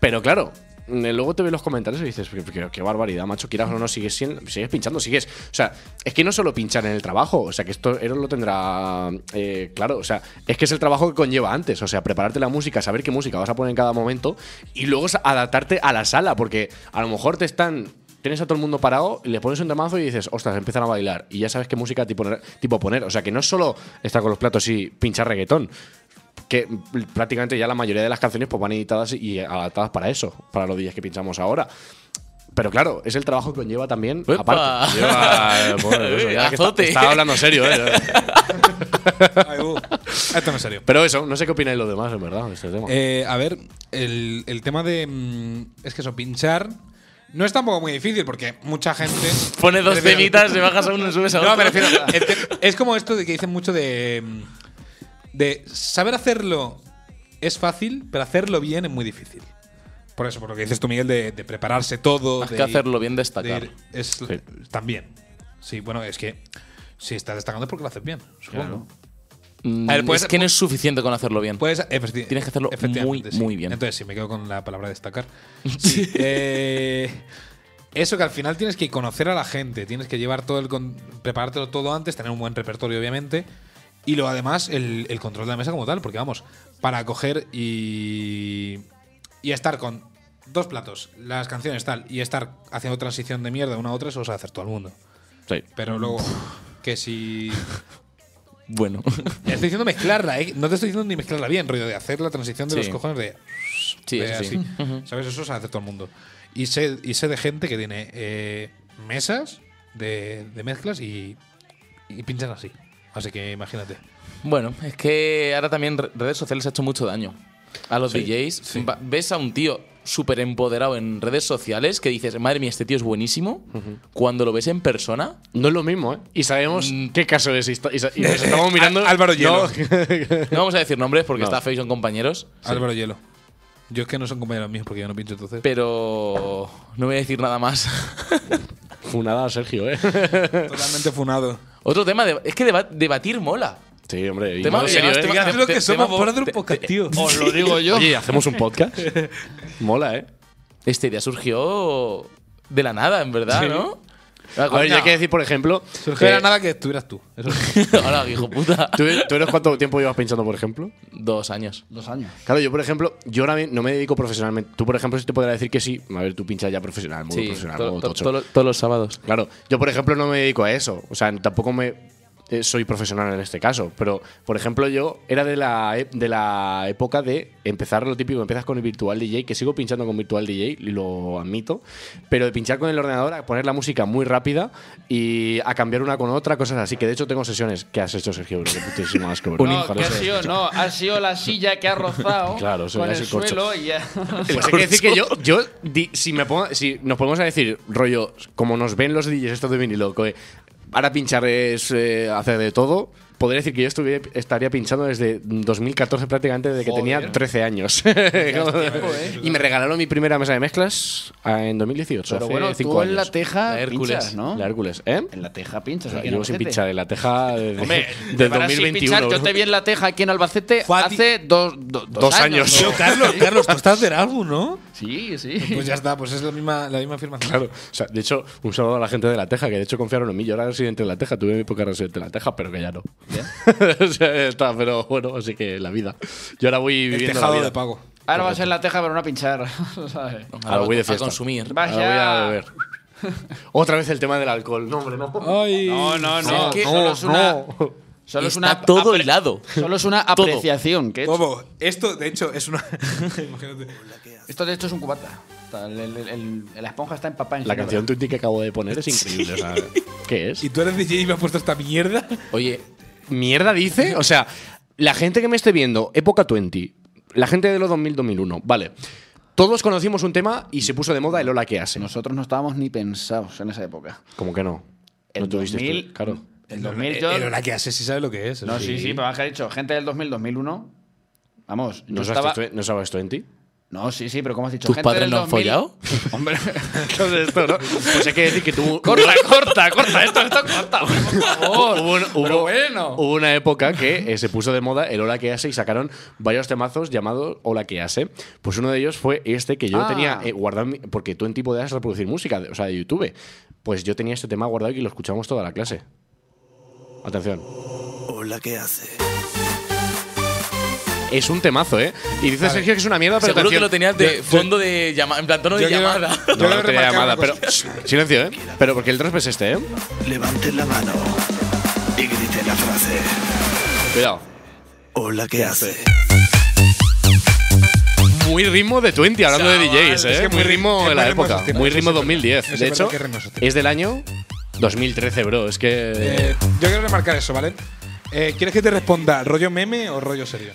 Speaker 3: Pero claro, eh, luego te ves los comentarios y dices, "Pero qué, qué barbaridad, macho, quieras o no, sigues, sien- sigues pinchando, sigues. O sea, es que no solo pinchar en el trabajo, o sea, que esto Eros lo tendrá eh, claro, o sea, es que es el trabajo que conlleva antes, o sea, prepararte la música, saber qué música vas a poner en cada momento y luego sa- adaptarte a la sala, porque a lo mejor te están. Tienes a todo el mundo parado, le pones un temazo y dices, ostras, empiezan a bailar. Y ya sabes qué música tipo, tipo poner. O sea, que no es solo estar con los platos y pinchar reggaetón que prácticamente ya la mayoría de las canciones pues van editadas y adaptadas para eso, para los días que pinchamos ahora. Pero claro, es el trabajo que conlleva también.
Speaker 6: ¡Epa!
Speaker 3: Aparte, Lleva- bueno, eso, ya que está-
Speaker 6: Azote.
Speaker 3: estaba hablando serio, ¿eh?
Speaker 2: Ay, uh. Esto no es serio.
Speaker 3: Pero eso, no sé qué opináis los demás, en verdad, de este tema.
Speaker 2: Eh, a ver, el, el tema de. mm, es que eso, pinchar. No es tampoco muy difícil porque mucha gente.
Speaker 6: Pone dos
Speaker 2: Prefiero-
Speaker 6: temitas, le bajas a uno y subes a otro.
Speaker 2: No, me refiero. Es, que- Este, es como esto de que dicen mucho de. mm, De saber hacerlo es fácil, pero hacerlo bien es muy difícil. Por eso, por lo que dices tú, Miguel, de, de prepararse todo.
Speaker 6: Más
Speaker 2: de
Speaker 6: que
Speaker 2: ir-
Speaker 6: hacerlo bien,
Speaker 2: de
Speaker 6: destacar.
Speaker 2: ir- es, También. Sí, bueno, es que. Si estás destacando es porque lo haces bien, supongo.
Speaker 6: Mm,
Speaker 2: A ver, puedes-
Speaker 6: es que no es suficiente con hacerlo bien.
Speaker 2: Puedes, efecti-
Speaker 6: Tienes que hacerlo
Speaker 2: efectivamente,
Speaker 6: muy, muy bien.
Speaker 2: Entonces, sí, me quedo con la palabra destacar. Sí, eh, eso que al final tienes que conocer a la gente, tienes que llevar todo el. con- preparártelo todo antes, tener un buen repertorio, obviamente. Y lo además, el, el control de la mesa como tal, porque vamos, para coger y. y estar con dos platos, las canciones tal, y estar haciendo transición de mierda una a otra, eso lo sabe hacer todo el mundo.
Speaker 3: Sí.
Speaker 2: Pero
Speaker 6: Mm.
Speaker 2: luego, que si
Speaker 6: Bueno.
Speaker 2: Estoy diciendo mezclarla, ¿eh? No te estoy diciendo ni mezclarla bien, rollo de hacer la transición de
Speaker 6: Sí.
Speaker 2: los cojones de.
Speaker 6: Sí,
Speaker 2: de
Speaker 6: eso sí.
Speaker 2: así. ¿Sabes? Eso se hace todo el mundo. Y sé, y sé de gente que tiene eh, mesas de, de mezclas y, y pinchan así. Así que imagínate.
Speaker 6: Bueno, es que ahora también re- redes sociales ha hecho mucho daño. A los DJs, Va- ves a un tío súper empoderado en redes sociales que dices, madre mía, este tío es buenísimo. Cuando lo ves en persona,
Speaker 3: No es lo mismo, ¿eh? Y sabemos qué caso es. Y, esta- y sa- y nos estamos mirando.
Speaker 2: mm. Álvaro Hielo.
Speaker 6: no vamos a decir nombres porque
Speaker 3: No.
Speaker 6: está feo y son compañeros,
Speaker 2: Álvaro Hielo. Yo es que no son compañeros míos porque yo no pincho entonces.
Speaker 6: pero no voy a decir nada más.
Speaker 3: Funada a Sergio, ¿eh?
Speaker 2: Totalmente funado.
Speaker 6: Otro tema, de- es que deba- debatir mola.
Speaker 3: Sí, hombre. y
Speaker 6: Tema
Speaker 3: más
Speaker 6: de-
Speaker 3: serio,
Speaker 6: además,
Speaker 3: ¿eh?
Speaker 6: tema-
Speaker 2: Fíjate lo
Speaker 6: te-
Speaker 2: que somos
Speaker 6: tema-
Speaker 2: por otro
Speaker 6: te-
Speaker 2: podcast, tío.
Speaker 1: Os lo digo yo.
Speaker 3: Oye, ¿hacemos un podcast? Mola, ¿eh?
Speaker 6: Esta idea surgió de la nada, en verdad, ¿no?
Speaker 3: A ver, ya hay que decir, por ejemplo.
Speaker 2: Surgió de
Speaker 3: que-
Speaker 2: la nada que estuvieras tú. Eso sí.
Speaker 6: Hola, hijo puta.
Speaker 3: ¿Tú, ¿Tú eres cuánto tiempo llevas pinchando, por ejemplo?
Speaker 6: Dos años.
Speaker 1: Dos años.
Speaker 3: Claro, yo por ejemplo, yo ahora mi- no me dedico profesionalmente. Tú, por ejemplo, si te podrás decir que sí. A ver, tú pinchas ya profesional, muy
Speaker 6: Sí,
Speaker 3: profesional,
Speaker 6: to-
Speaker 3: modo
Speaker 6: to-
Speaker 3: pues tocho.
Speaker 6: to- todos los sábados.
Speaker 3: Claro, yo por ejemplo no me dedico a eso. O sea, tampoco me eh, soy profesional en este caso. Pero, por ejemplo, yo era de la, e- de la época de empezar lo típico. Empiezas con el virtual DJ, que sigo pinchando con virtual DJ, y lo admito. Pero de pinchar con el ordenador, a poner la música muy rápida y a cambiar una con otra, cosas así. Que de hecho tengo sesiones. ¿Qué has hecho, Sergio? Bro? Qué putísimo asco, bro.
Speaker 4: No,
Speaker 3: Joder,
Speaker 4: que ha
Speaker 3: eso.
Speaker 4: sido, no, ha sido la silla que ha rozado
Speaker 3: Claro, eso
Speaker 4: con
Speaker 3: ya
Speaker 4: el,
Speaker 3: es el corcho.
Speaker 4: suelo y ya.
Speaker 3: Pues hay que decir que yo, yo di- si, me pongo, si nos ponemos a decir, rollo, como nos ven los DJs estos de vinilo, que ahora pinchar es eh, hacer de todo, podría decir que yo estuviera, estaría pinchando desde 2014 prácticamente, desde que tenía 13 años.
Speaker 4: eh.
Speaker 3: y me regalaron mi primera mesa de mezclas ah, en 2018,
Speaker 1: Pero
Speaker 3: hace
Speaker 1: bueno,
Speaker 3: cinco
Speaker 1: tú en
Speaker 3: años.
Speaker 1: la teja
Speaker 6: La Hércules.
Speaker 1: pinchas, ¿no?
Speaker 3: La Hércules, ¿eh?
Speaker 1: En la teja pinchas. aquí en
Speaker 3: Llevo sin
Speaker 1: Albacete.
Speaker 3: pinchar en la teja desde, desde
Speaker 4: Para así
Speaker 3: 2021.
Speaker 4: pinchar,
Speaker 3: bro.
Speaker 4: yo te vi en la teja aquí en Albacete
Speaker 2: Fue a ti-
Speaker 4: hace dos, do- dos
Speaker 3: Dos años.
Speaker 4: años.
Speaker 2: Carlos, Carlos, tú estás de algo, ¿no?
Speaker 4: Sí, sí.
Speaker 2: Pues ya está, pues es la misma, la misma afirmación.
Speaker 3: Claro, o sea, de hecho, un saludo a la gente de La Teja, que de hecho confiaron en mí. Yo era residente de La Teja, tuve mi época de residente de La Teja, pero que ya no. o sea, ya está, pero bueno, así que la vida. Yo ahora voy
Speaker 2: El
Speaker 3: viviendo la
Speaker 2: tejado
Speaker 3: vida.
Speaker 2: de pago.
Speaker 4: Ahora va a ser la teja, pero no a pinchar. ¿sabes?
Speaker 3: Ahora Ah, voy de
Speaker 6: a
Speaker 3: fiesta.
Speaker 6: consumir.
Speaker 4: Va.
Speaker 3: Ahora voy a
Speaker 4: Vaya.
Speaker 3: beber. Otra vez el tema del alcohol. No, hombre, no.
Speaker 2: Ay.
Speaker 4: No, no, no.
Speaker 6: Es que
Speaker 4: solo es una. Solo es una
Speaker 6: Está todo
Speaker 4: apre-
Speaker 6: helado.
Speaker 4: Solo es una
Speaker 6: Todo.
Speaker 4: apreciación. Que he hecho.
Speaker 2: Bobo, esto de hecho es una. Imagínate.
Speaker 4: Esto de hecho es un cubata. Está- el- el- el- la esponja está empapada en
Speaker 3: La
Speaker 4: ginebra.
Speaker 3: canción Tutti que acabo de poner es increíble. o sea, ¿Qué es?
Speaker 2: ¿Y tú eres DJ y me has puesto esta mierda?
Speaker 6: Oye,
Speaker 3: ¿Mierda dice? O sea, la gente que me esté viendo, época 20, la gente de los 2000-2001, vale. Todos conocimos un tema y se puso de moda el hola que hace.
Speaker 1: Nosotros no estábamos ni pensados en esa época.
Speaker 3: ¿Cómo que no?
Speaker 4: El
Speaker 3: no tuviste tú,
Speaker 4: 2000,
Speaker 3: claro.
Speaker 4: El 2000 yo.
Speaker 2: Pero la que haces, sí sabe lo que es.
Speaker 4: No, sí, sí, pero más que ha dicho, gente del 2000, 2001. Vamos, yo
Speaker 3: ¿No sabes,
Speaker 4: estaba.
Speaker 3: esto, ¿No sabes esto en ti?
Speaker 4: No, sí, sí, pero ¿cómo has dicho?
Speaker 6: ¿tus
Speaker 4: gente
Speaker 6: padres
Speaker 4: del
Speaker 6: no han
Speaker 4: 2000.
Speaker 6: follado?
Speaker 4: Hombre.
Speaker 3: Entonces, esto, ¿no? Pues hay que decir que tú.
Speaker 4: corta, corta, corta, esto, esto, corta. Por favor.
Speaker 3: Hubo, un-
Speaker 4: Pero
Speaker 3: hubo-
Speaker 4: bueno.
Speaker 3: hubo una época que eh, se puso de moda el Hola que hace y sacaron varios temazos llamados Hola que hace. Pues uno de ellos fue este que yo
Speaker 4: Ah.
Speaker 3: tenía eh, guardado, en mi- porque tú en ti podías reproducir música, de- o sea, de YouTube. Pues yo tenía este tema guardado y lo escuchamos toda la clase. Atención.
Speaker 8: Hola, ¿qué hace?
Speaker 3: Es un temazo, ¿eh? Y dice Sergio que es una mierda, pero
Speaker 6: Seguro que
Speaker 3: atención.
Speaker 6: lo tenías de fondo de llamada, en plan tono de
Speaker 2: quiero-
Speaker 6: llamada.
Speaker 2: yo
Speaker 3: No,
Speaker 2: quiero
Speaker 3: no tenía
Speaker 2: remarcar
Speaker 3: llamada,
Speaker 2: una cosa.
Speaker 3: pero. Silencio, ¿eh? Pero porque el 3 es este, ¿eh?
Speaker 8: Levante la mano y grite la frase.
Speaker 3: Cuidado.
Speaker 8: Hola, ¿qué hace?
Speaker 3: Muy ritmo de 20, hablando de
Speaker 6: Chaval,
Speaker 3: DJs, ¿eh?
Speaker 2: es que
Speaker 3: muy
Speaker 2: muy ri-
Speaker 3: ritmo
Speaker 2: qué
Speaker 3: de la
Speaker 2: ritmos
Speaker 3: época.
Speaker 2: esos tiempos,
Speaker 3: Muy
Speaker 2: eso
Speaker 3: ritmo
Speaker 2: es verdad.
Speaker 3: 2010.
Speaker 2: Eso es
Speaker 3: De
Speaker 2: verdad,
Speaker 3: hecho,
Speaker 2: qué ritmos esos tiempos.
Speaker 3: es este. del año 2013, bro. Es que.
Speaker 2: Eh, yo quiero remarcar eso, ¿vale? Eh, ¿Quieres que te responda rollo meme o rollo serio?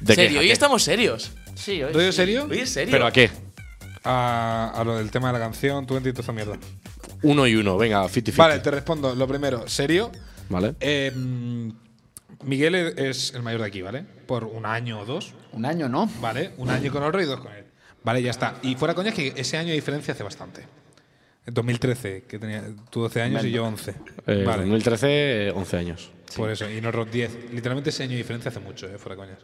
Speaker 3: ¿De qué?
Speaker 6: serio,
Speaker 3: ¿A
Speaker 6: hoy
Speaker 3: qué?
Speaker 6: estamos serios.
Speaker 4: Sí, oye,
Speaker 2: ¿Rollo
Speaker 4: sí.
Speaker 2: serio?
Speaker 6: Hoy es serio.
Speaker 3: ¿Pero a qué?
Speaker 2: A, a lo del tema de la canción, tú entiendes esa mierda.
Speaker 3: Uno y uno, venga, 50-50.
Speaker 2: Vale, te respondo. Lo primero, serio.
Speaker 3: Vale.
Speaker 2: Eh, mm, Miguel es el mayor de aquí, ¿vale? Por un año o dos.
Speaker 4: Un año, ¿no?
Speaker 2: Vale, un año con otro y dos con él. Vale, ya está. Y fuera coña es que ese año de diferencia hace bastante. En 2013, que tenía tú 12 años y yo 11.
Speaker 3: Eh,
Speaker 2: vale,
Speaker 3: 2013, eh, 11 años.
Speaker 2: por eso. Y nosotros 10. Literalmente ese año de diferencia hace mucho, eh, fuera coñas.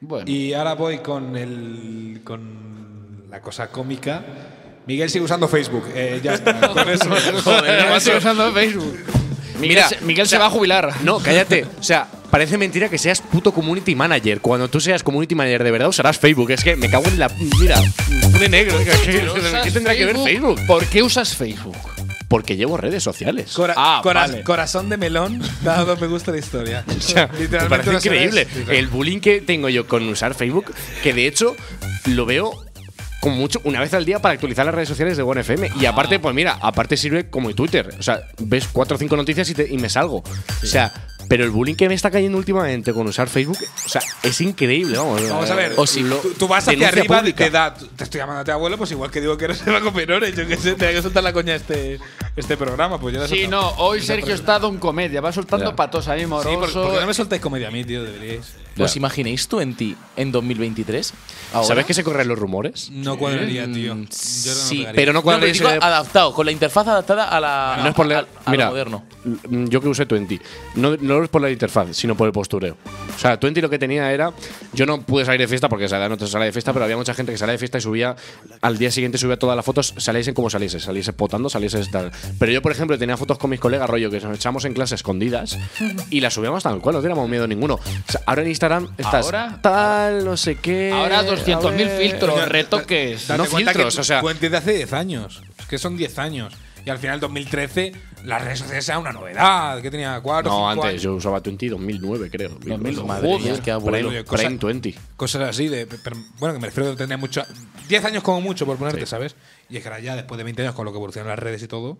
Speaker 4: Bueno.
Speaker 2: Y ahora voy con el con la cosa cómica. Miguel sigue usando Facebook. Eh, ya está. Con eso.
Speaker 6: Joder,
Speaker 4: Miguel
Speaker 6: macho.
Speaker 4: sigue usando Facebook. Miguel,
Speaker 3: Mira,
Speaker 4: se, Miguel se va a jubilar.
Speaker 3: No, cállate. O sea, parece mentira que seas puto community manager. Cuando tú seas community manager de verdad usarás Facebook. Es que me cago en la. Mira, pone negro. ¿Qué,
Speaker 4: ¿Usas
Speaker 3: qué tendrá que ver Facebook?
Speaker 4: ¿Por qué usas Facebook?
Speaker 3: Porque llevo redes sociales.
Speaker 2: Cora-
Speaker 3: ah,
Speaker 2: cora-
Speaker 3: vale.
Speaker 2: Corazón de melón. Dado me gusta la historia.
Speaker 3: O sea, me parece
Speaker 2: no se ve.
Speaker 3: increíble el bullying que tengo yo con usar Facebook, que de hecho lo veo con mucho una vez al día para actualizar las redes sociales de OneFM. Y
Speaker 2: Ah.
Speaker 3: aparte, pues mira, aparte sirve como Twitter. O sea, ves cuatro o cinco noticias y, te- y me salgo. O sea, pero el bullying que me está cayendo últimamente con usar Facebook, o sea, es increíble. Vamos,
Speaker 2: Vamos a ver,
Speaker 3: O si lo-
Speaker 2: tú, tú vas hacia
Speaker 3: denuncia
Speaker 2: arriba de
Speaker 3: pública.
Speaker 2: de edad. Te estoy llamando a tu abuelo, pues igual que digo que eres el con menores. Yo qué sé, tenía que soltar la coña este, este programa. Pues ya la he
Speaker 4: Sí,
Speaker 2: soltado.
Speaker 4: no, hoy Sergio está don comedia, va soltando
Speaker 3: Ya.
Speaker 4: patos ahí
Speaker 2: Sí, ¿por,
Speaker 4: moroso.
Speaker 2: por qué no me soltáis comedia a mí, tío? Deberíais.
Speaker 6: ¿Os imagináis tú en ti en 2023? Ahora.
Speaker 3: ¿Sabes que se corren los rumores?
Speaker 2: No cuadraría, tío. Yo
Speaker 6: Mm,
Speaker 2: no
Speaker 6: sí,
Speaker 2: pegaría.
Speaker 3: ¿Eh? pero no
Speaker 6: No,
Speaker 3: cuando
Speaker 6: pero digo adaptado, con la interfaz adaptada a la.
Speaker 3: No es por
Speaker 6: a-
Speaker 3: la,
Speaker 6: a- a lo
Speaker 3: mira,
Speaker 6: moderno.
Speaker 3: mm, Yo que usé Twenty. No, no es por la interfaz, sino por el postureo. O sea, Twenty lo que tenía era. Yo no pude salir de fiesta porque a esa edad no te sale de fiesta, pero había mucha gente que salía de fiesta y subía. Al día siguiente subía todas las fotos, saliesen como saliese, saliese potando, saliese tal. Pero yo, por ejemplo, tenía fotos con mis colegas, rollo, que nos echamos en clase escondidas y las subíamos tal cual, no teníamos miedo ninguno. O sea, ahora en Instagram estás.
Speaker 4: Ahora-
Speaker 3: Tal, no sé qué.
Speaker 4: Ahora
Speaker 3: eh, a
Speaker 4: 200.000
Speaker 3: ver.
Speaker 4: filtros,
Speaker 2: Coño,
Speaker 4: retoques.
Speaker 2: Date
Speaker 3: no
Speaker 2: cuenta que
Speaker 3: filtros,
Speaker 2: tú-
Speaker 3: o sea-
Speaker 2: tú entiendes de hace 10 años. Es que son 10 años. Y al final, 2013, las redes sociales eran una novedad. Que tenía 4,
Speaker 3: No, antes yo usaba Twenty 2009, creo. 2009.
Speaker 6: Madre mía, qué abuelo.
Speaker 2: Prime, cosa-
Speaker 3: Prime Twenty.
Speaker 2: Cosas así de. pero, bueno, que me refiero a tener mucho. 10 años como mucho, por ponerte, ¿sabes? Y es que ahora ya, después de 20 años, con lo que evolucionan las redes y todo.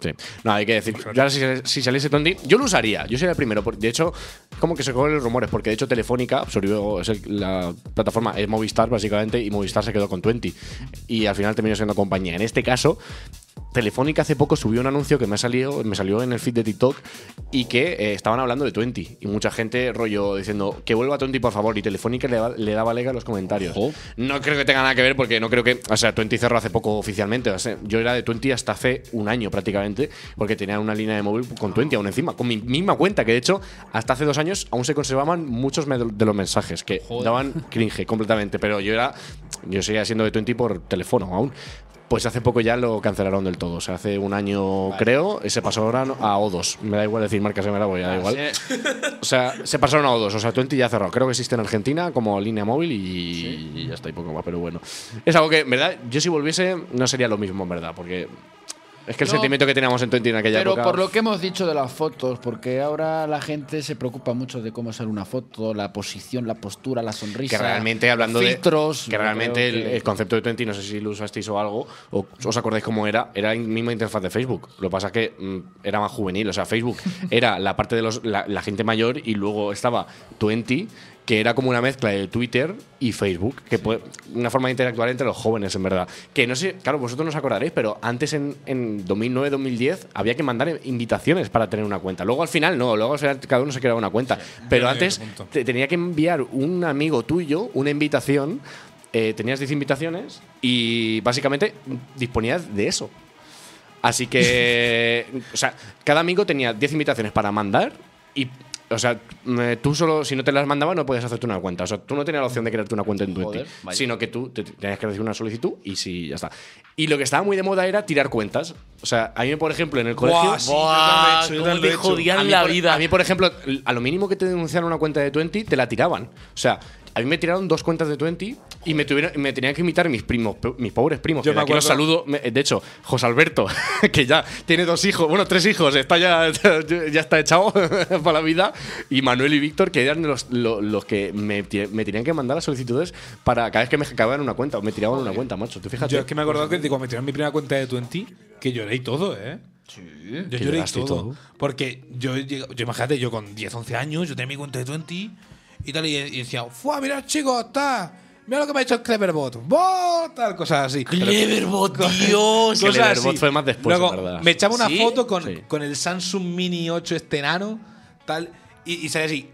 Speaker 3: Sí. No, hay que decir. Yo ahora, si, si saliese Twenty, yo lo usaría. Yo sería el primero. por- De hecho, como que se cogen los rumores, porque de hecho Telefónica absorbió es el- la plataforma es Movistar, básicamente, y Movistar se quedó con Twenty. Y al final terminó siendo compañía. En este caso. Telefónica hace poco subió un anuncio que me ha salido, me salió en el feed de TikTok y que eh, estaban hablando de Twenty y mucha gente rollo diciendo que vuelva Twenty por favor y Telefónica le, da- le daba lega a los comentarios. No creo que tenga nada que ver porque no creo que, o sea, Twenty cerró hace poco oficialmente, o sea, yo era de Twenty hasta hace un año prácticamente porque tenía una línea de móvil con Twenty aún encima, con mi misma cuenta que de hecho hasta hace dos años aún se conservaban muchos me- de los mensajes que daban cringe completamente, pero yo era Yo seguía siendo de 20 por teléfono aún. Pues hace poco ya lo cancelaron del todo. O sea, hace un año, creo, eh, se pasó ahora a O2. Me da igual decir marcas, me la voy,
Speaker 1: Ah,
Speaker 3: da igual. O sea, se pasaron a O2. O sea, Twenty ya cerró. Creo que existe en Argentina como línea móvil y, y ya está, y poco más. Pero bueno. Es algo que, en verdad, yo si volviese no sería lo mismo, en verdad, porque es que el
Speaker 1: No,
Speaker 3: sentimiento que teníamos en Twenty en aquella
Speaker 1: Pero
Speaker 3: época.
Speaker 1: por lo que hemos dicho de las fotos, porque ahora la gente se preocupa mucho de cómo sale una foto, la posición, la postura, la sonrisa.
Speaker 3: que realmente hablando
Speaker 1: filtros,
Speaker 3: de que
Speaker 1: yo
Speaker 3: realmente
Speaker 1: creo
Speaker 3: el,
Speaker 1: que-
Speaker 3: el concepto de Twenty no sé si lo usasteis o algo o os acordáis cómo era era la misma interfaz de Facebook lo que pasa es que mm, era más juvenil o sea Facebook era la parte de los, la, la gente mayor y luego estaba Twenty que era como una mezcla de Twitter y Facebook, que fue una forma de interactuar entre los jóvenes, en verdad. Que no sé, claro, vosotros no os acordaréis, pero antes en, en 2009-2010 había que mandar invitaciones para tener una cuenta. Luego al final no, luego al final cada uno se creaba una cuenta. pero
Speaker 2: entiendo
Speaker 3: antes
Speaker 2: ese punto.
Speaker 3: te tenía que enviar un amigo tuyo una invitación. eh, tenías 10 invitaciones y básicamente disponías de eso. Así que, o sea, cada amigo tenía 10 invitaciones para mandar y, o sea, eh, tú solo, si no te las mandaba, no podías hacerte una cuenta. O sea, tú no tenías la opción de crearte una cuenta en Twenty,
Speaker 4: Joder, vaya.
Speaker 3: sino que tú te- te tenías que recibir una solicitud y sí, ya está. Y lo que estaba muy de moda era tirar cuentas. O sea, a mí, por ejemplo, en el colegio.
Speaker 2: Buah, sí, yo también lo he hecho, yo
Speaker 6: cómo
Speaker 2: también
Speaker 6: te
Speaker 2: lo he hecho.
Speaker 3: A
Speaker 6: jodían
Speaker 3: mí,
Speaker 6: la
Speaker 3: por,
Speaker 6: vida.
Speaker 3: a mí, por ejemplo, a lo mínimo que te denunciaron una cuenta de Twenty, te la tiraban. O sea, a mí me tiraron dos cuentas de Twenty y me, tuvieron, me tenían que imitar mis primos, pe- mis pobres primos.
Speaker 2: Yo
Speaker 3: que
Speaker 2: me
Speaker 3: de aquí los
Speaker 2: acuerdo-
Speaker 3: saludo. Me- De hecho, José Alberto, que ya tiene dos hijos, bueno, tres hijos, está ya, ya está echado para la vida. Y Manuel y Víctor, que eran los, lo- los, que me, ti- me tenían que mandar las solicitudes para cada vez que me acababan una cuenta o me tiraban una cuenta, macho. Tú fíjate.
Speaker 2: Yo es que me he acordado que digo, me tiraron mi primera cuenta de Twenty, que lloré y todo, ¿eh? Sí. Yo
Speaker 3: Que
Speaker 2: lloré y
Speaker 3: lloraste y
Speaker 2: todo,
Speaker 3: todo.
Speaker 2: Porque yo, llegué- yo, imagínate, yo con 10, 11 años, yo tenía mi cuenta de Twenty y tal, y, y decía, ¡Fua, mira chicos, está! Mira lo que me ha hecho el Cleverbot. ¡Bot! Tal, cosas así.
Speaker 6: Cleverbot, Dios.
Speaker 2: Cosas
Speaker 3: Cleverbot
Speaker 2: así.
Speaker 3: fue más después,
Speaker 2: Luego,
Speaker 3: en verdad.
Speaker 2: me echaba una
Speaker 6: ¿Sí?
Speaker 2: foto con,
Speaker 3: Sí.
Speaker 2: con el Samsung Mini 8 este enano, tal, y, y salía así,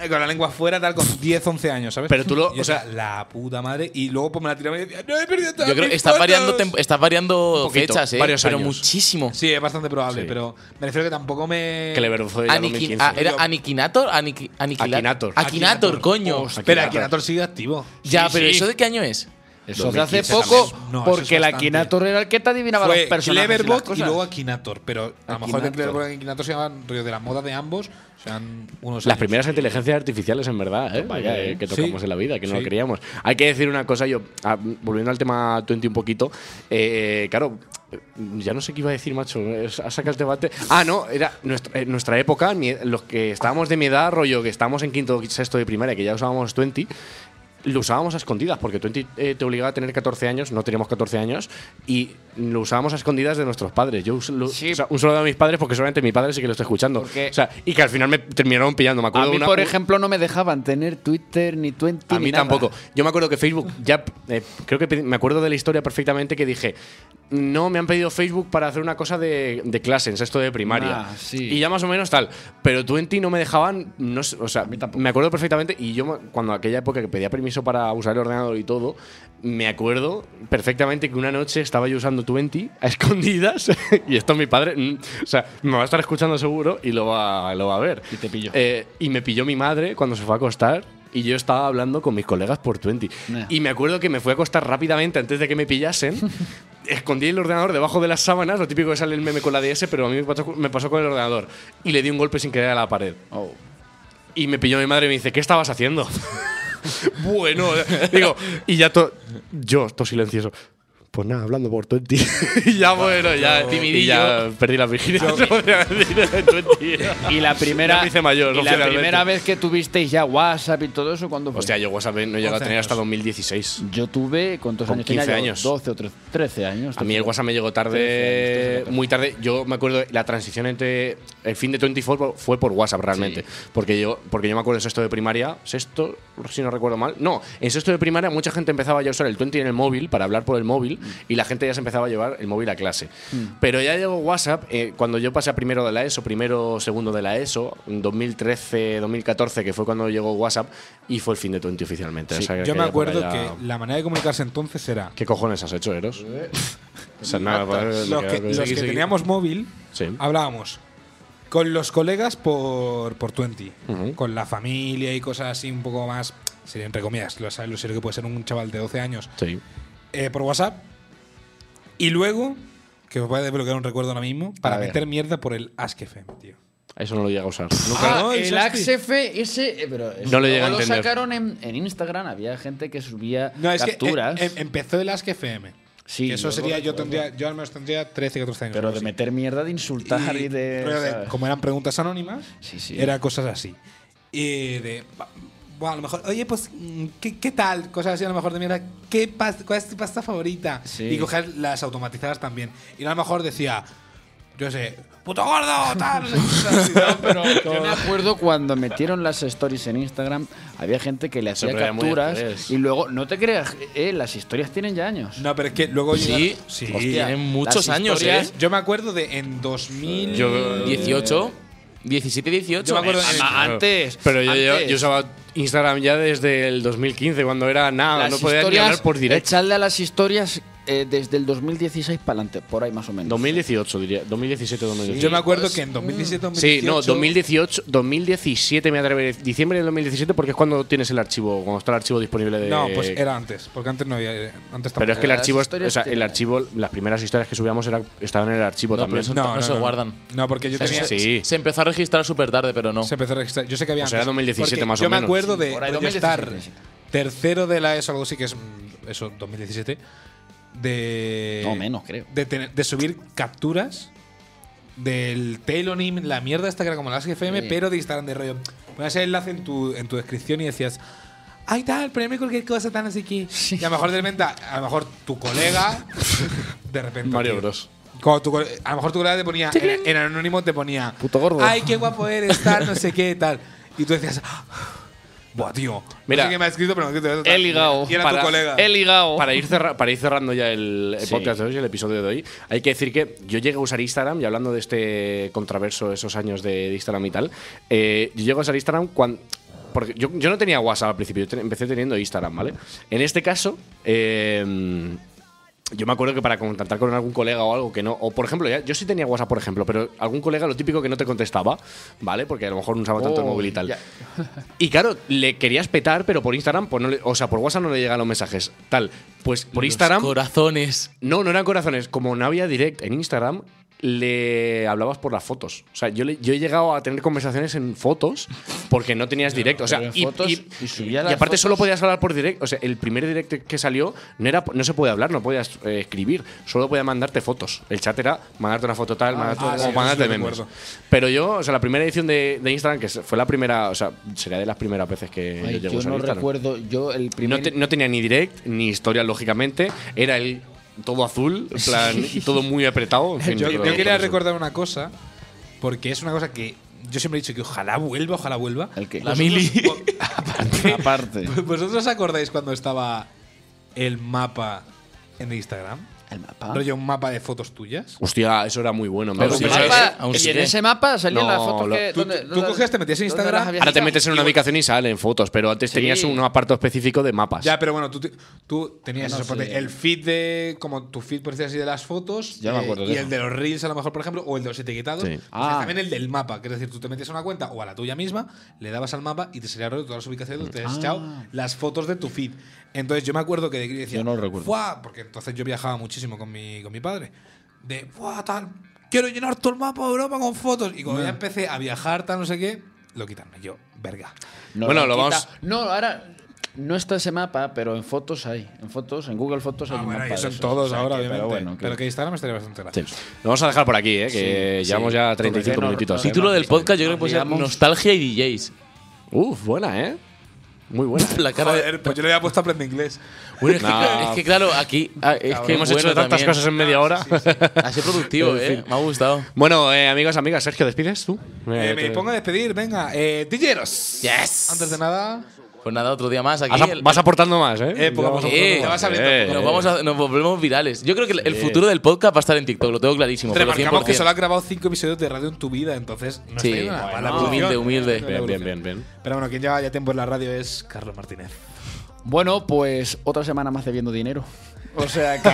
Speaker 2: eh, con la lengua fuera, tal, con 10, 11 años, ¿sabes?
Speaker 3: Pero tú lo-
Speaker 2: Y yo
Speaker 3: o sea-
Speaker 2: decía, la puta madre, y luego pues me la tiraba y decía, ¡No he perdido todas
Speaker 6: Yo creo
Speaker 2: mis
Speaker 6: que estás variando,
Speaker 2: fotos".
Speaker 6: tem- estás variando
Speaker 3: poquito,
Speaker 6: fechas, ¿eh?
Speaker 3: varios
Speaker 6: pero
Speaker 3: años.
Speaker 6: muchísimo.
Speaker 2: Sí, es bastante probable,
Speaker 3: Sí.
Speaker 2: pero me refiero que tampoco me.
Speaker 3: Clever fue ya
Speaker 6: Aniquin-
Speaker 3: 2015.
Speaker 6: ah, ¿Era Aniquinator? Aniqui- aniquila-
Speaker 3: Akinator.
Speaker 6: Akinator, coño.
Speaker 2: Pero aquí Nator sigue activo.
Speaker 6: Ya,
Speaker 3: Sí,
Speaker 6: pero
Speaker 3: sí.
Speaker 6: ¿eso de qué año es?
Speaker 1: Eso de hace
Speaker 2: 2015
Speaker 1: poco,
Speaker 2: también. No, eso es
Speaker 1: porque la
Speaker 2: bastante.
Speaker 1: Akinator era el que te adivinaba los
Speaker 2: Fue
Speaker 1: personajes. y las
Speaker 2: Cleverbot y,
Speaker 1: cosas.
Speaker 2: luego Akinator, pero a lo mejor de
Speaker 1: Akinator.
Speaker 2: Cleverbot y Akinator se llaman Río de la Moda de ambos, sean unos.
Speaker 3: Las
Speaker 2: años.
Speaker 3: primeras inteligencias artificiales, en verdad, ¿eh? Vaya,
Speaker 2: eh.
Speaker 3: eh, que tocamos
Speaker 2: Sí.
Speaker 3: en la vida, que no
Speaker 2: Sí.
Speaker 3: lo creíamos. Hay que decir una cosa, yo, ah, volviendo al tema 20 un poquito, eh, claro, eh, ya no sé qué iba a decir, macho, eh, ha sacado el debate. Ah, no, era nuestra, eh, nuestra época, mi- los que estábamos de mi edad, rollo, que estábamos en quinto o sexto de primaria, que ya usábamos 20. Lo usábamos a escondidas, porque 20 eh, te obligaba a tener 14 años, no teníamos 14 años, y lo usábamos a escondidas de nuestros padres. Yo us- lo-
Speaker 1: Sí.
Speaker 3: o sea, un saludo a mis padres, porque solamente mi padre sí que lo está escuchando.
Speaker 1: Porque-
Speaker 3: O sea, y que al final me terminaron pillando, me
Speaker 1: A
Speaker 3: acuerdo
Speaker 1: mí,
Speaker 3: una-
Speaker 1: por ejemplo, no me dejaban tener Twitter ni Twenty
Speaker 3: a
Speaker 1: ni
Speaker 3: mí
Speaker 1: nada.
Speaker 3: tampoco. Yo me acuerdo que Facebook, ya eh, creo que pedí- me acuerdo de la historia perfectamente que dije, no me han pedido Facebook para hacer una cosa de, de clases, esto de primaria.
Speaker 1: Ah, sí.
Speaker 3: Y ya más o menos tal. Pero Twenty no me dejaban, no sé, o sea, me acuerdo perfectamente y yo me- cuando aquella época que pedía permiso para usar el ordenador y todo, me acuerdo perfectamente que una noche estaba yo usando Twenty a escondidas y esto mi padre, mm, o sea, me va a estar escuchando seguro y lo va, lo va a ver.
Speaker 1: Y te pilló.
Speaker 3: Eh, y me pilló mi madre cuando se fue a acostar y yo estaba hablando con mis colegas por 20.
Speaker 1: Nah.
Speaker 3: Y me acuerdo que me fui a acostar rápidamente antes de que me pillasen. escondí el ordenador debajo de las sábanas, lo típico que sale el meme con la DS, pero a mí me pasó, me pasó con el ordenador. Y le di un golpe sin querer a la pared.
Speaker 1: Oh.
Speaker 3: Y me pilló mi madre y me dice, ¿qué estabas haciendo? bueno, digo, y ya to- yo, todo silencioso. Pues nada, hablando por 20. y ya bueno, ya, y ya perdí la vigilia. se podría decir, en 20.
Speaker 1: Y la primera,
Speaker 3: Ya me hice mayor,
Speaker 1: y la
Speaker 3: oficialmente.
Speaker 1: primera vez que tuvisteis ya WhatsApp y todo eso, ¿cuándo fue?
Speaker 3: Hostia, yo WhatsApp no he llegado a tener
Speaker 2: pues-
Speaker 3: hasta 2016.
Speaker 1: yo tuve, ¿cuántos
Speaker 3: Con
Speaker 1: años tenía
Speaker 3: 15
Speaker 1: yo?
Speaker 3: años.
Speaker 1: 12 o 13, 13 años.
Speaker 3: A mí
Speaker 2: pues-
Speaker 3: el WhatsApp me llegó
Speaker 1: Trece años,
Speaker 3: tarde,
Speaker 1: trece,
Speaker 3: muy tarde. Yo me acuerdo, la transición entre el fin de 24 fue por WhatsApp realmente. Porque, yo, porque yo me acuerdo en sexto de primaria, sexto, si no recuerdo mal. No, en sexto de primaria mucha gente empezaba ya a usar el 20 en el móvil para hablar por el móvil
Speaker 2: Mm.
Speaker 3: y la gente ya se empezaba a llevar el móvil a clase. Pero ya llegó WhatsApp eh, cuando yo pasé a primero de la ESO, primero, segundo de la ESO, en 2013, 2014, que fue cuando llegó WhatsApp y fue el fin de 20 oficialmente. O sea, que
Speaker 2: Yo me
Speaker 3: aquella época
Speaker 2: acuerdo
Speaker 3: ya-
Speaker 2: que la manera de comunicarse entonces era.
Speaker 3: ¿Qué cojones has hecho, Eros? o sea, nada, para-
Speaker 2: Los que, los que teníamos móvil
Speaker 3: Sí.
Speaker 2: hablábamos Con los colegas por, por 20. Con la familia y cosas así un poco más. Sería entre comillas, lo sabes lo serio que puede ser un chaval de 12 años.
Speaker 3: Sí.
Speaker 2: eh, por WhatsApp. Y luego, que os voy a desbloquear un recuerdo ahora mismo, para
Speaker 3: A ver.
Speaker 2: meter mierda por el AskFM, tío.
Speaker 3: Eso no lo llega a usar.
Speaker 2: Nunca, ¿no?
Speaker 1: Ah, el
Speaker 2: Eso sí.
Speaker 1: AXF ese. eh, Pero eso
Speaker 3: No le llega a
Speaker 1: lo
Speaker 3: entender.
Speaker 1: sacaron en, en Instagram. Había gente que subía
Speaker 2: No, es
Speaker 1: capturas.
Speaker 2: que em- em- empezó el AskFM.
Speaker 1: Sí,
Speaker 2: Que eso
Speaker 1: luego-
Speaker 2: sería, yo
Speaker 1: luego-
Speaker 2: tendría, yo al menos tendría 13, 14 años.
Speaker 1: pero
Speaker 2: algo
Speaker 1: de
Speaker 2: así.
Speaker 1: meter mierda, de insultar y,
Speaker 2: Y-
Speaker 1: de.
Speaker 2: pero de-
Speaker 1: ¿sabes?
Speaker 2: como eran preguntas anónimas,
Speaker 1: Sí, sí.
Speaker 2: eran cosas así. Y de. ba- Bueno, a lo mejor, oye, pues, mm, ¿qué, qué tal? Cosas así, a lo mejor de mierda. ¿Qué pas- ¿Cuál es tu pasta favorita?
Speaker 1: Sí.
Speaker 2: Y coger las automatizadas también. Y a lo mejor decía, yo sé, puto gordo, tal. no sé, cosas así, ¿no? pero
Speaker 1: Yo me acuerdo cuando metieron las stories en Instagram, había gente que le hacía
Speaker 3: ponía muy
Speaker 1: capturas
Speaker 3: estrés.
Speaker 1: y luego, no te creas, eh, las historias tienen ya años.
Speaker 2: No, pero es que luego
Speaker 6: Sí,
Speaker 2: llegaron- sí.
Speaker 6: hostia, tienen muchos
Speaker 1: Las
Speaker 6: años, ¿eh?
Speaker 1: historias-
Speaker 2: Yo me acuerdo de en 2000.
Speaker 3: Yo-
Speaker 6: 18, 17, 18.
Speaker 2: Yo me acuerdo-
Speaker 6: Eh,
Speaker 2: en-
Speaker 1: Ah, antes.
Speaker 3: Pero yo, yo,
Speaker 1: antes.
Speaker 3: yo usaba Instagram ya desde el 2015, cuando era nada,
Speaker 1: Las
Speaker 3: no podía ni
Speaker 1: historias,
Speaker 3: hablar por directo.
Speaker 1: Echadle a las historias eh, desde el 2016 para adelante, por ahí más o menos.
Speaker 3: 2018, diría. 2017, 2018.
Speaker 2: yo me acuerdo que en 2017,
Speaker 3: Sí,
Speaker 2: 2018.
Speaker 3: no, 2018, 2017 me atreveré. Diciembre del 2017 porque es cuando tienes el archivo, cuando está el archivo disponible de...
Speaker 2: No, pues era antes, porque antes no había. eh, Antes
Speaker 3: Pero es que el
Speaker 1: Las
Speaker 3: archivo, es-
Speaker 1: historias
Speaker 3: o sea,
Speaker 1: tienen-
Speaker 3: el archivo, las primeras historias que subíamos era- estaban en el archivo
Speaker 6: No, pero
Speaker 3: también.
Speaker 6: eso no, se guardan.
Speaker 2: No, porque yo
Speaker 3: O sea,
Speaker 2: tenía.
Speaker 3: sí.
Speaker 6: Se empezó a registrar súper tarde, pero no.
Speaker 2: Se empezó a registrar. Yo sé que había.
Speaker 3: O sea,
Speaker 2: antes,
Speaker 3: era 2017
Speaker 2: porque
Speaker 3: más o
Speaker 2: yo
Speaker 3: menos.
Speaker 2: me acuerdo de,
Speaker 1: Por ahí,
Speaker 2: rollo
Speaker 1: 2017,
Speaker 2: estar
Speaker 1: sí.
Speaker 2: tercero de la ESO, algo así que es. mm, Eso, 2017. De.
Speaker 1: No, menos, creo.
Speaker 2: De, tener- de subir capturas del Telonym, la mierda esta que era como la FM,
Speaker 1: Sí.
Speaker 2: pero de Instagram de rollo. Ponías el enlace en tu, en tu descripción y decías. Ay, tal, ponerme cualquier cosa tan así que. Y a lo mejor de repente, a lo mejor tu colega. de repente.
Speaker 3: Mario
Speaker 2: tío,
Speaker 3: Bros.
Speaker 2: cuando tu cole- a lo mejor tu colega te ponía, en, en anónimo te ponía,
Speaker 1: Puto gordo.
Speaker 2: Ay, qué guapo eres, tal, no sé qué, tal. Y tú decías, "Ah, Buah, tío.
Speaker 3: Mira,
Speaker 2: no sé qué me ha escrito, pero no sé qué te
Speaker 3: he ligado
Speaker 2: Y era
Speaker 3: para-
Speaker 2: tu colega.
Speaker 3: he Para ir, cerra- para ir cerrando ya el, el
Speaker 1: Sí.
Speaker 3: podcast de hoy, el episodio de hoy, hay que decir que yo llegué a usar Instagram, y hablando de este contraverso, esos años de, de Instagram y tal, eh, yo llego a usar Instagram cuando... Porque yo, yo no tenía WhatsApp al principio, yo te- empecé teniendo Instagram, ¿vale? En este caso, eh, yo me acuerdo que para contactar con algún colega o algo que no. O por ejemplo, ya- yo sí tenía WhatsApp, por ejemplo, pero algún colega lo típico que no te contestaba, ¿vale? Porque a lo mejor no usaba tanto el
Speaker 1: Oh,
Speaker 3: móvil y tal.
Speaker 1: ya.
Speaker 3: Y claro, le querías petar, pero por Instagram, pues no le- o sea, por WhatsApp no le llegan los mensajes. Tal. Pues por
Speaker 6: Los
Speaker 3: Instagram.
Speaker 6: Corazones.
Speaker 3: No, no eran corazones. Como no había direct en Instagram, le hablabas por las fotos. O sea, yo, le- yo he llegado a tener conversaciones en fotos porque no tenías direct. O sea,
Speaker 1: pero en fotos, y subía las
Speaker 3: aparte solo
Speaker 1: fotos.
Speaker 3: podías hablar por direct. O sea, el primer direct que salió no, era, no se podía hablar, no podías eh, escribir. Solo podía mandarte fotos. El chat era mandarte una foto tal, mandarte,
Speaker 2: ah, sí,
Speaker 3: o
Speaker 2: eso
Speaker 3: mandarte
Speaker 2: sí lo
Speaker 3: memes.
Speaker 2: recuerdo.
Speaker 3: Pero yo, o sea, la primera edición de, de Instagram, que fue la primera, o sea, sería de las primeras veces que
Speaker 1: Ay,
Speaker 3: yo llego a
Speaker 1: yo
Speaker 3: usar
Speaker 1: no
Speaker 3: Instagram.
Speaker 1: recuerdo, yo el primer.
Speaker 3: No, te- no tenía ni direct ni historia, lógicamente. Era el todo azul, en plan, y todo muy apretado. en fin,
Speaker 2: Yo,
Speaker 3: creo
Speaker 2: yo
Speaker 3: que
Speaker 2: quería
Speaker 3: por eso.
Speaker 2: recordar una cosa, porque es una cosa que yo siempre he dicho que ojalá vuelva, ojalá vuelva.
Speaker 1: ¿El qué?
Speaker 6: La mili.
Speaker 2: Aparte,
Speaker 1: Aparte.
Speaker 2: ¿Vosotros acordáis cuando estaba el mapa en Instagram?
Speaker 1: El
Speaker 3: Ah.
Speaker 1: mapa.
Speaker 2: Rollo, un mapa de fotos tuyas.
Speaker 3: Hostia, eso era muy bueno. me
Speaker 6: Pero
Speaker 1: El
Speaker 3: acuerdo.
Speaker 6: sí,
Speaker 3: Eso-
Speaker 1: mapa,
Speaker 6: aún
Speaker 1: y en
Speaker 6: sigue.
Speaker 1: ese mapa salían
Speaker 3: No,
Speaker 1: las fotos
Speaker 3: lo-
Speaker 1: que.
Speaker 2: tú-
Speaker 1: ¿dónde-
Speaker 2: tú
Speaker 1: dónde-
Speaker 2: cogías, te metías en
Speaker 1: dónde
Speaker 2: Instagram,
Speaker 1: las habías
Speaker 3: Ahora te
Speaker 1: sacado?
Speaker 3: metes en una ubicación y salen fotos, pero antes tenías un apartado específico de mapas.
Speaker 2: Ya, pero bueno, tú, te- tú tenías
Speaker 1: No
Speaker 2: eso, ponte,
Speaker 1: sé.
Speaker 2: el feed de. Como tu feed, por decir así, de las fotos.
Speaker 1: Ya me
Speaker 2: eh,
Speaker 1: acuerdo de
Speaker 2: Y
Speaker 1: eso.
Speaker 2: el de los reels, a lo mejor, por ejemplo, o el de los etiquetados.
Speaker 3: Sí.
Speaker 2: pues
Speaker 1: Ah.
Speaker 2: También el del mapa. Que es decir, tú te metías a una cuenta o a la tuya misma, le dabas al mapa y te salía rollo todas las ubicaciones, te
Speaker 1: Ah.
Speaker 2: has echado las fotos de tu feed. Entonces yo me acuerdo que de crío decía.
Speaker 1: Yo no lo recuerdo.
Speaker 2: "Buah", Porque entonces yo viajaba muchísimo con mi, con mi padre. De, ¡buah, tal! Quiero llenar todo el mapa de Europa con fotos. Y
Speaker 1: Mm.
Speaker 2: cuando ya empecé a viajar, tal, no sé qué, lo quitaron. Y Yo, verga.
Speaker 1: No,
Speaker 3: Bueno,
Speaker 1: no,
Speaker 3: lo
Speaker 1: quita-
Speaker 3: vamos-
Speaker 1: No, ahora. No está ese mapa, pero en fotos hay. En fotos, en Google Fotos hay
Speaker 2: Ah,
Speaker 1: un
Speaker 2: bueno,
Speaker 1: mapa
Speaker 2: y
Speaker 1: de
Speaker 2: son
Speaker 1: esos.
Speaker 2: todos
Speaker 1: O sea
Speaker 2: ahora,
Speaker 1: que-
Speaker 2: obviamente.
Speaker 1: Pero bueno, que-
Speaker 2: Instagram estaría bastante
Speaker 3: Sí.
Speaker 2: gracioso.
Speaker 3: Lo vamos a dejar por aquí, ¿eh? que llevamos ya 35
Speaker 1: Porque no-
Speaker 3: minutitos.
Speaker 1: todavía
Speaker 6: Título
Speaker 1: no-
Speaker 6: del podcast yo creo que
Speaker 1: nos
Speaker 6: puede ser
Speaker 1: liamos.
Speaker 6: Nostalgia y DJs.
Speaker 3: Uf, buena, ¿eh? Muy buena.
Speaker 6: La cara de...
Speaker 2: Joder, pues yo le había puesto aprende inglés.
Speaker 6: Bueno, es, que,
Speaker 3: No.
Speaker 6: claro- es que claro, aquí ah, es que
Speaker 3: hemos
Speaker 6: bueno
Speaker 3: hecho tantas
Speaker 6: también.
Speaker 3: cosas en media hora.
Speaker 6: Así productivo,
Speaker 3: En
Speaker 6: eh.
Speaker 3: fin.
Speaker 6: Me ha gustado.
Speaker 3: bueno, eh, amigos, amigas, Sergio, ¿despides tú?
Speaker 2: Eh,
Speaker 3: Eh,
Speaker 2: me
Speaker 3: te-
Speaker 2: pongo a despedir, venga. Eh, DJeros.
Speaker 6: Yes.
Speaker 2: Antes de nada,
Speaker 6: Pues nada, otro día más aquí.
Speaker 3: Vas, a-
Speaker 6: el-
Speaker 3: vas aportando más, ¿eh?
Speaker 2: Eh, poco a
Speaker 3: Ya
Speaker 2: poco.
Speaker 3: vas aportando
Speaker 6: Eh,
Speaker 3: más.
Speaker 6: te vas
Speaker 2: abriendo
Speaker 3: Eh,
Speaker 2: poco a
Speaker 3: eh.
Speaker 6: Nos, vamos a- nos volvemos virales. Yo creo que el- el futuro del podcast va a estar en TikTok, lo tengo clarísimo.
Speaker 2: te
Speaker 6: pero
Speaker 2: marcamos que
Speaker 6: 100%.
Speaker 2: solo has grabado cinco episodios de radio en tu vida, entonces no está
Speaker 6: Sí,
Speaker 2: bien, nada mal la
Speaker 6: humilde,
Speaker 2: evolución.
Speaker 6: humilde.
Speaker 2: Está
Speaker 3: Bien,
Speaker 2: la
Speaker 3: bien, bien,
Speaker 2: evolución.
Speaker 3: bien.
Speaker 2: Pero bueno, quien lleva ya tiempo en la radio es Carlos Martínez.
Speaker 1: Bueno, pues otra semana más debiendo dinero.
Speaker 2: O sea que.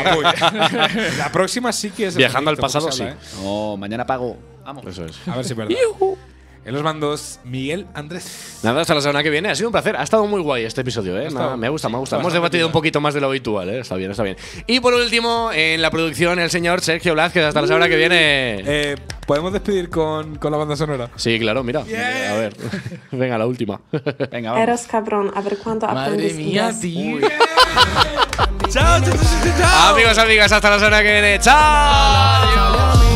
Speaker 2: la próxima sí que es. el
Speaker 3: Viajando al
Speaker 2: proyecto,
Speaker 3: pasado,
Speaker 2: poco se habla,
Speaker 3: sí.
Speaker 2: ¿eh?
Speaker 1: No, mañana pago.
Speaker 4: Vamos.
Speaker 3: Eso es.
Speaker 2: A ver si es verdad. En los mandos, Miguel Andrés.
Speaker 3: Nada, hasta la semana que viene. Ha sido un placer. Ha estado muy guay este episodio, ¿eh?
Speaker 2: estado-
Speaker 3: Nada, me gusta, me gusta.
Speaker 2: bastante
Speaker 3: Hemos debatido
Speaker 2: bien.
Speaker 3: un poquito más de lo habitual, ¿eh? Está bien, está bien. Y por último, en la producción, el señor Sergio Blázquez. Hasta la semana que viene.
Speaker 2: Eh, ¿Podemos despedir con, con la banda sonora?
Speaker 3: Sí, claro, mira. A ver. Venga, la última.
Speaker 1: Venga, vamos.
Speaker 5: Eres cabrón, a ver cuánto
Speaker 6: Madre
Speaker 5: aprendes
Speaker 6: mía,
Speaker 5: inglés.
Speaker 6: tío.
Speaker 2: ¡Chao, chao, chao, chao, chao!
Speaker 3: Amigos, amigas, hasta la semana que viene. ¡Chao!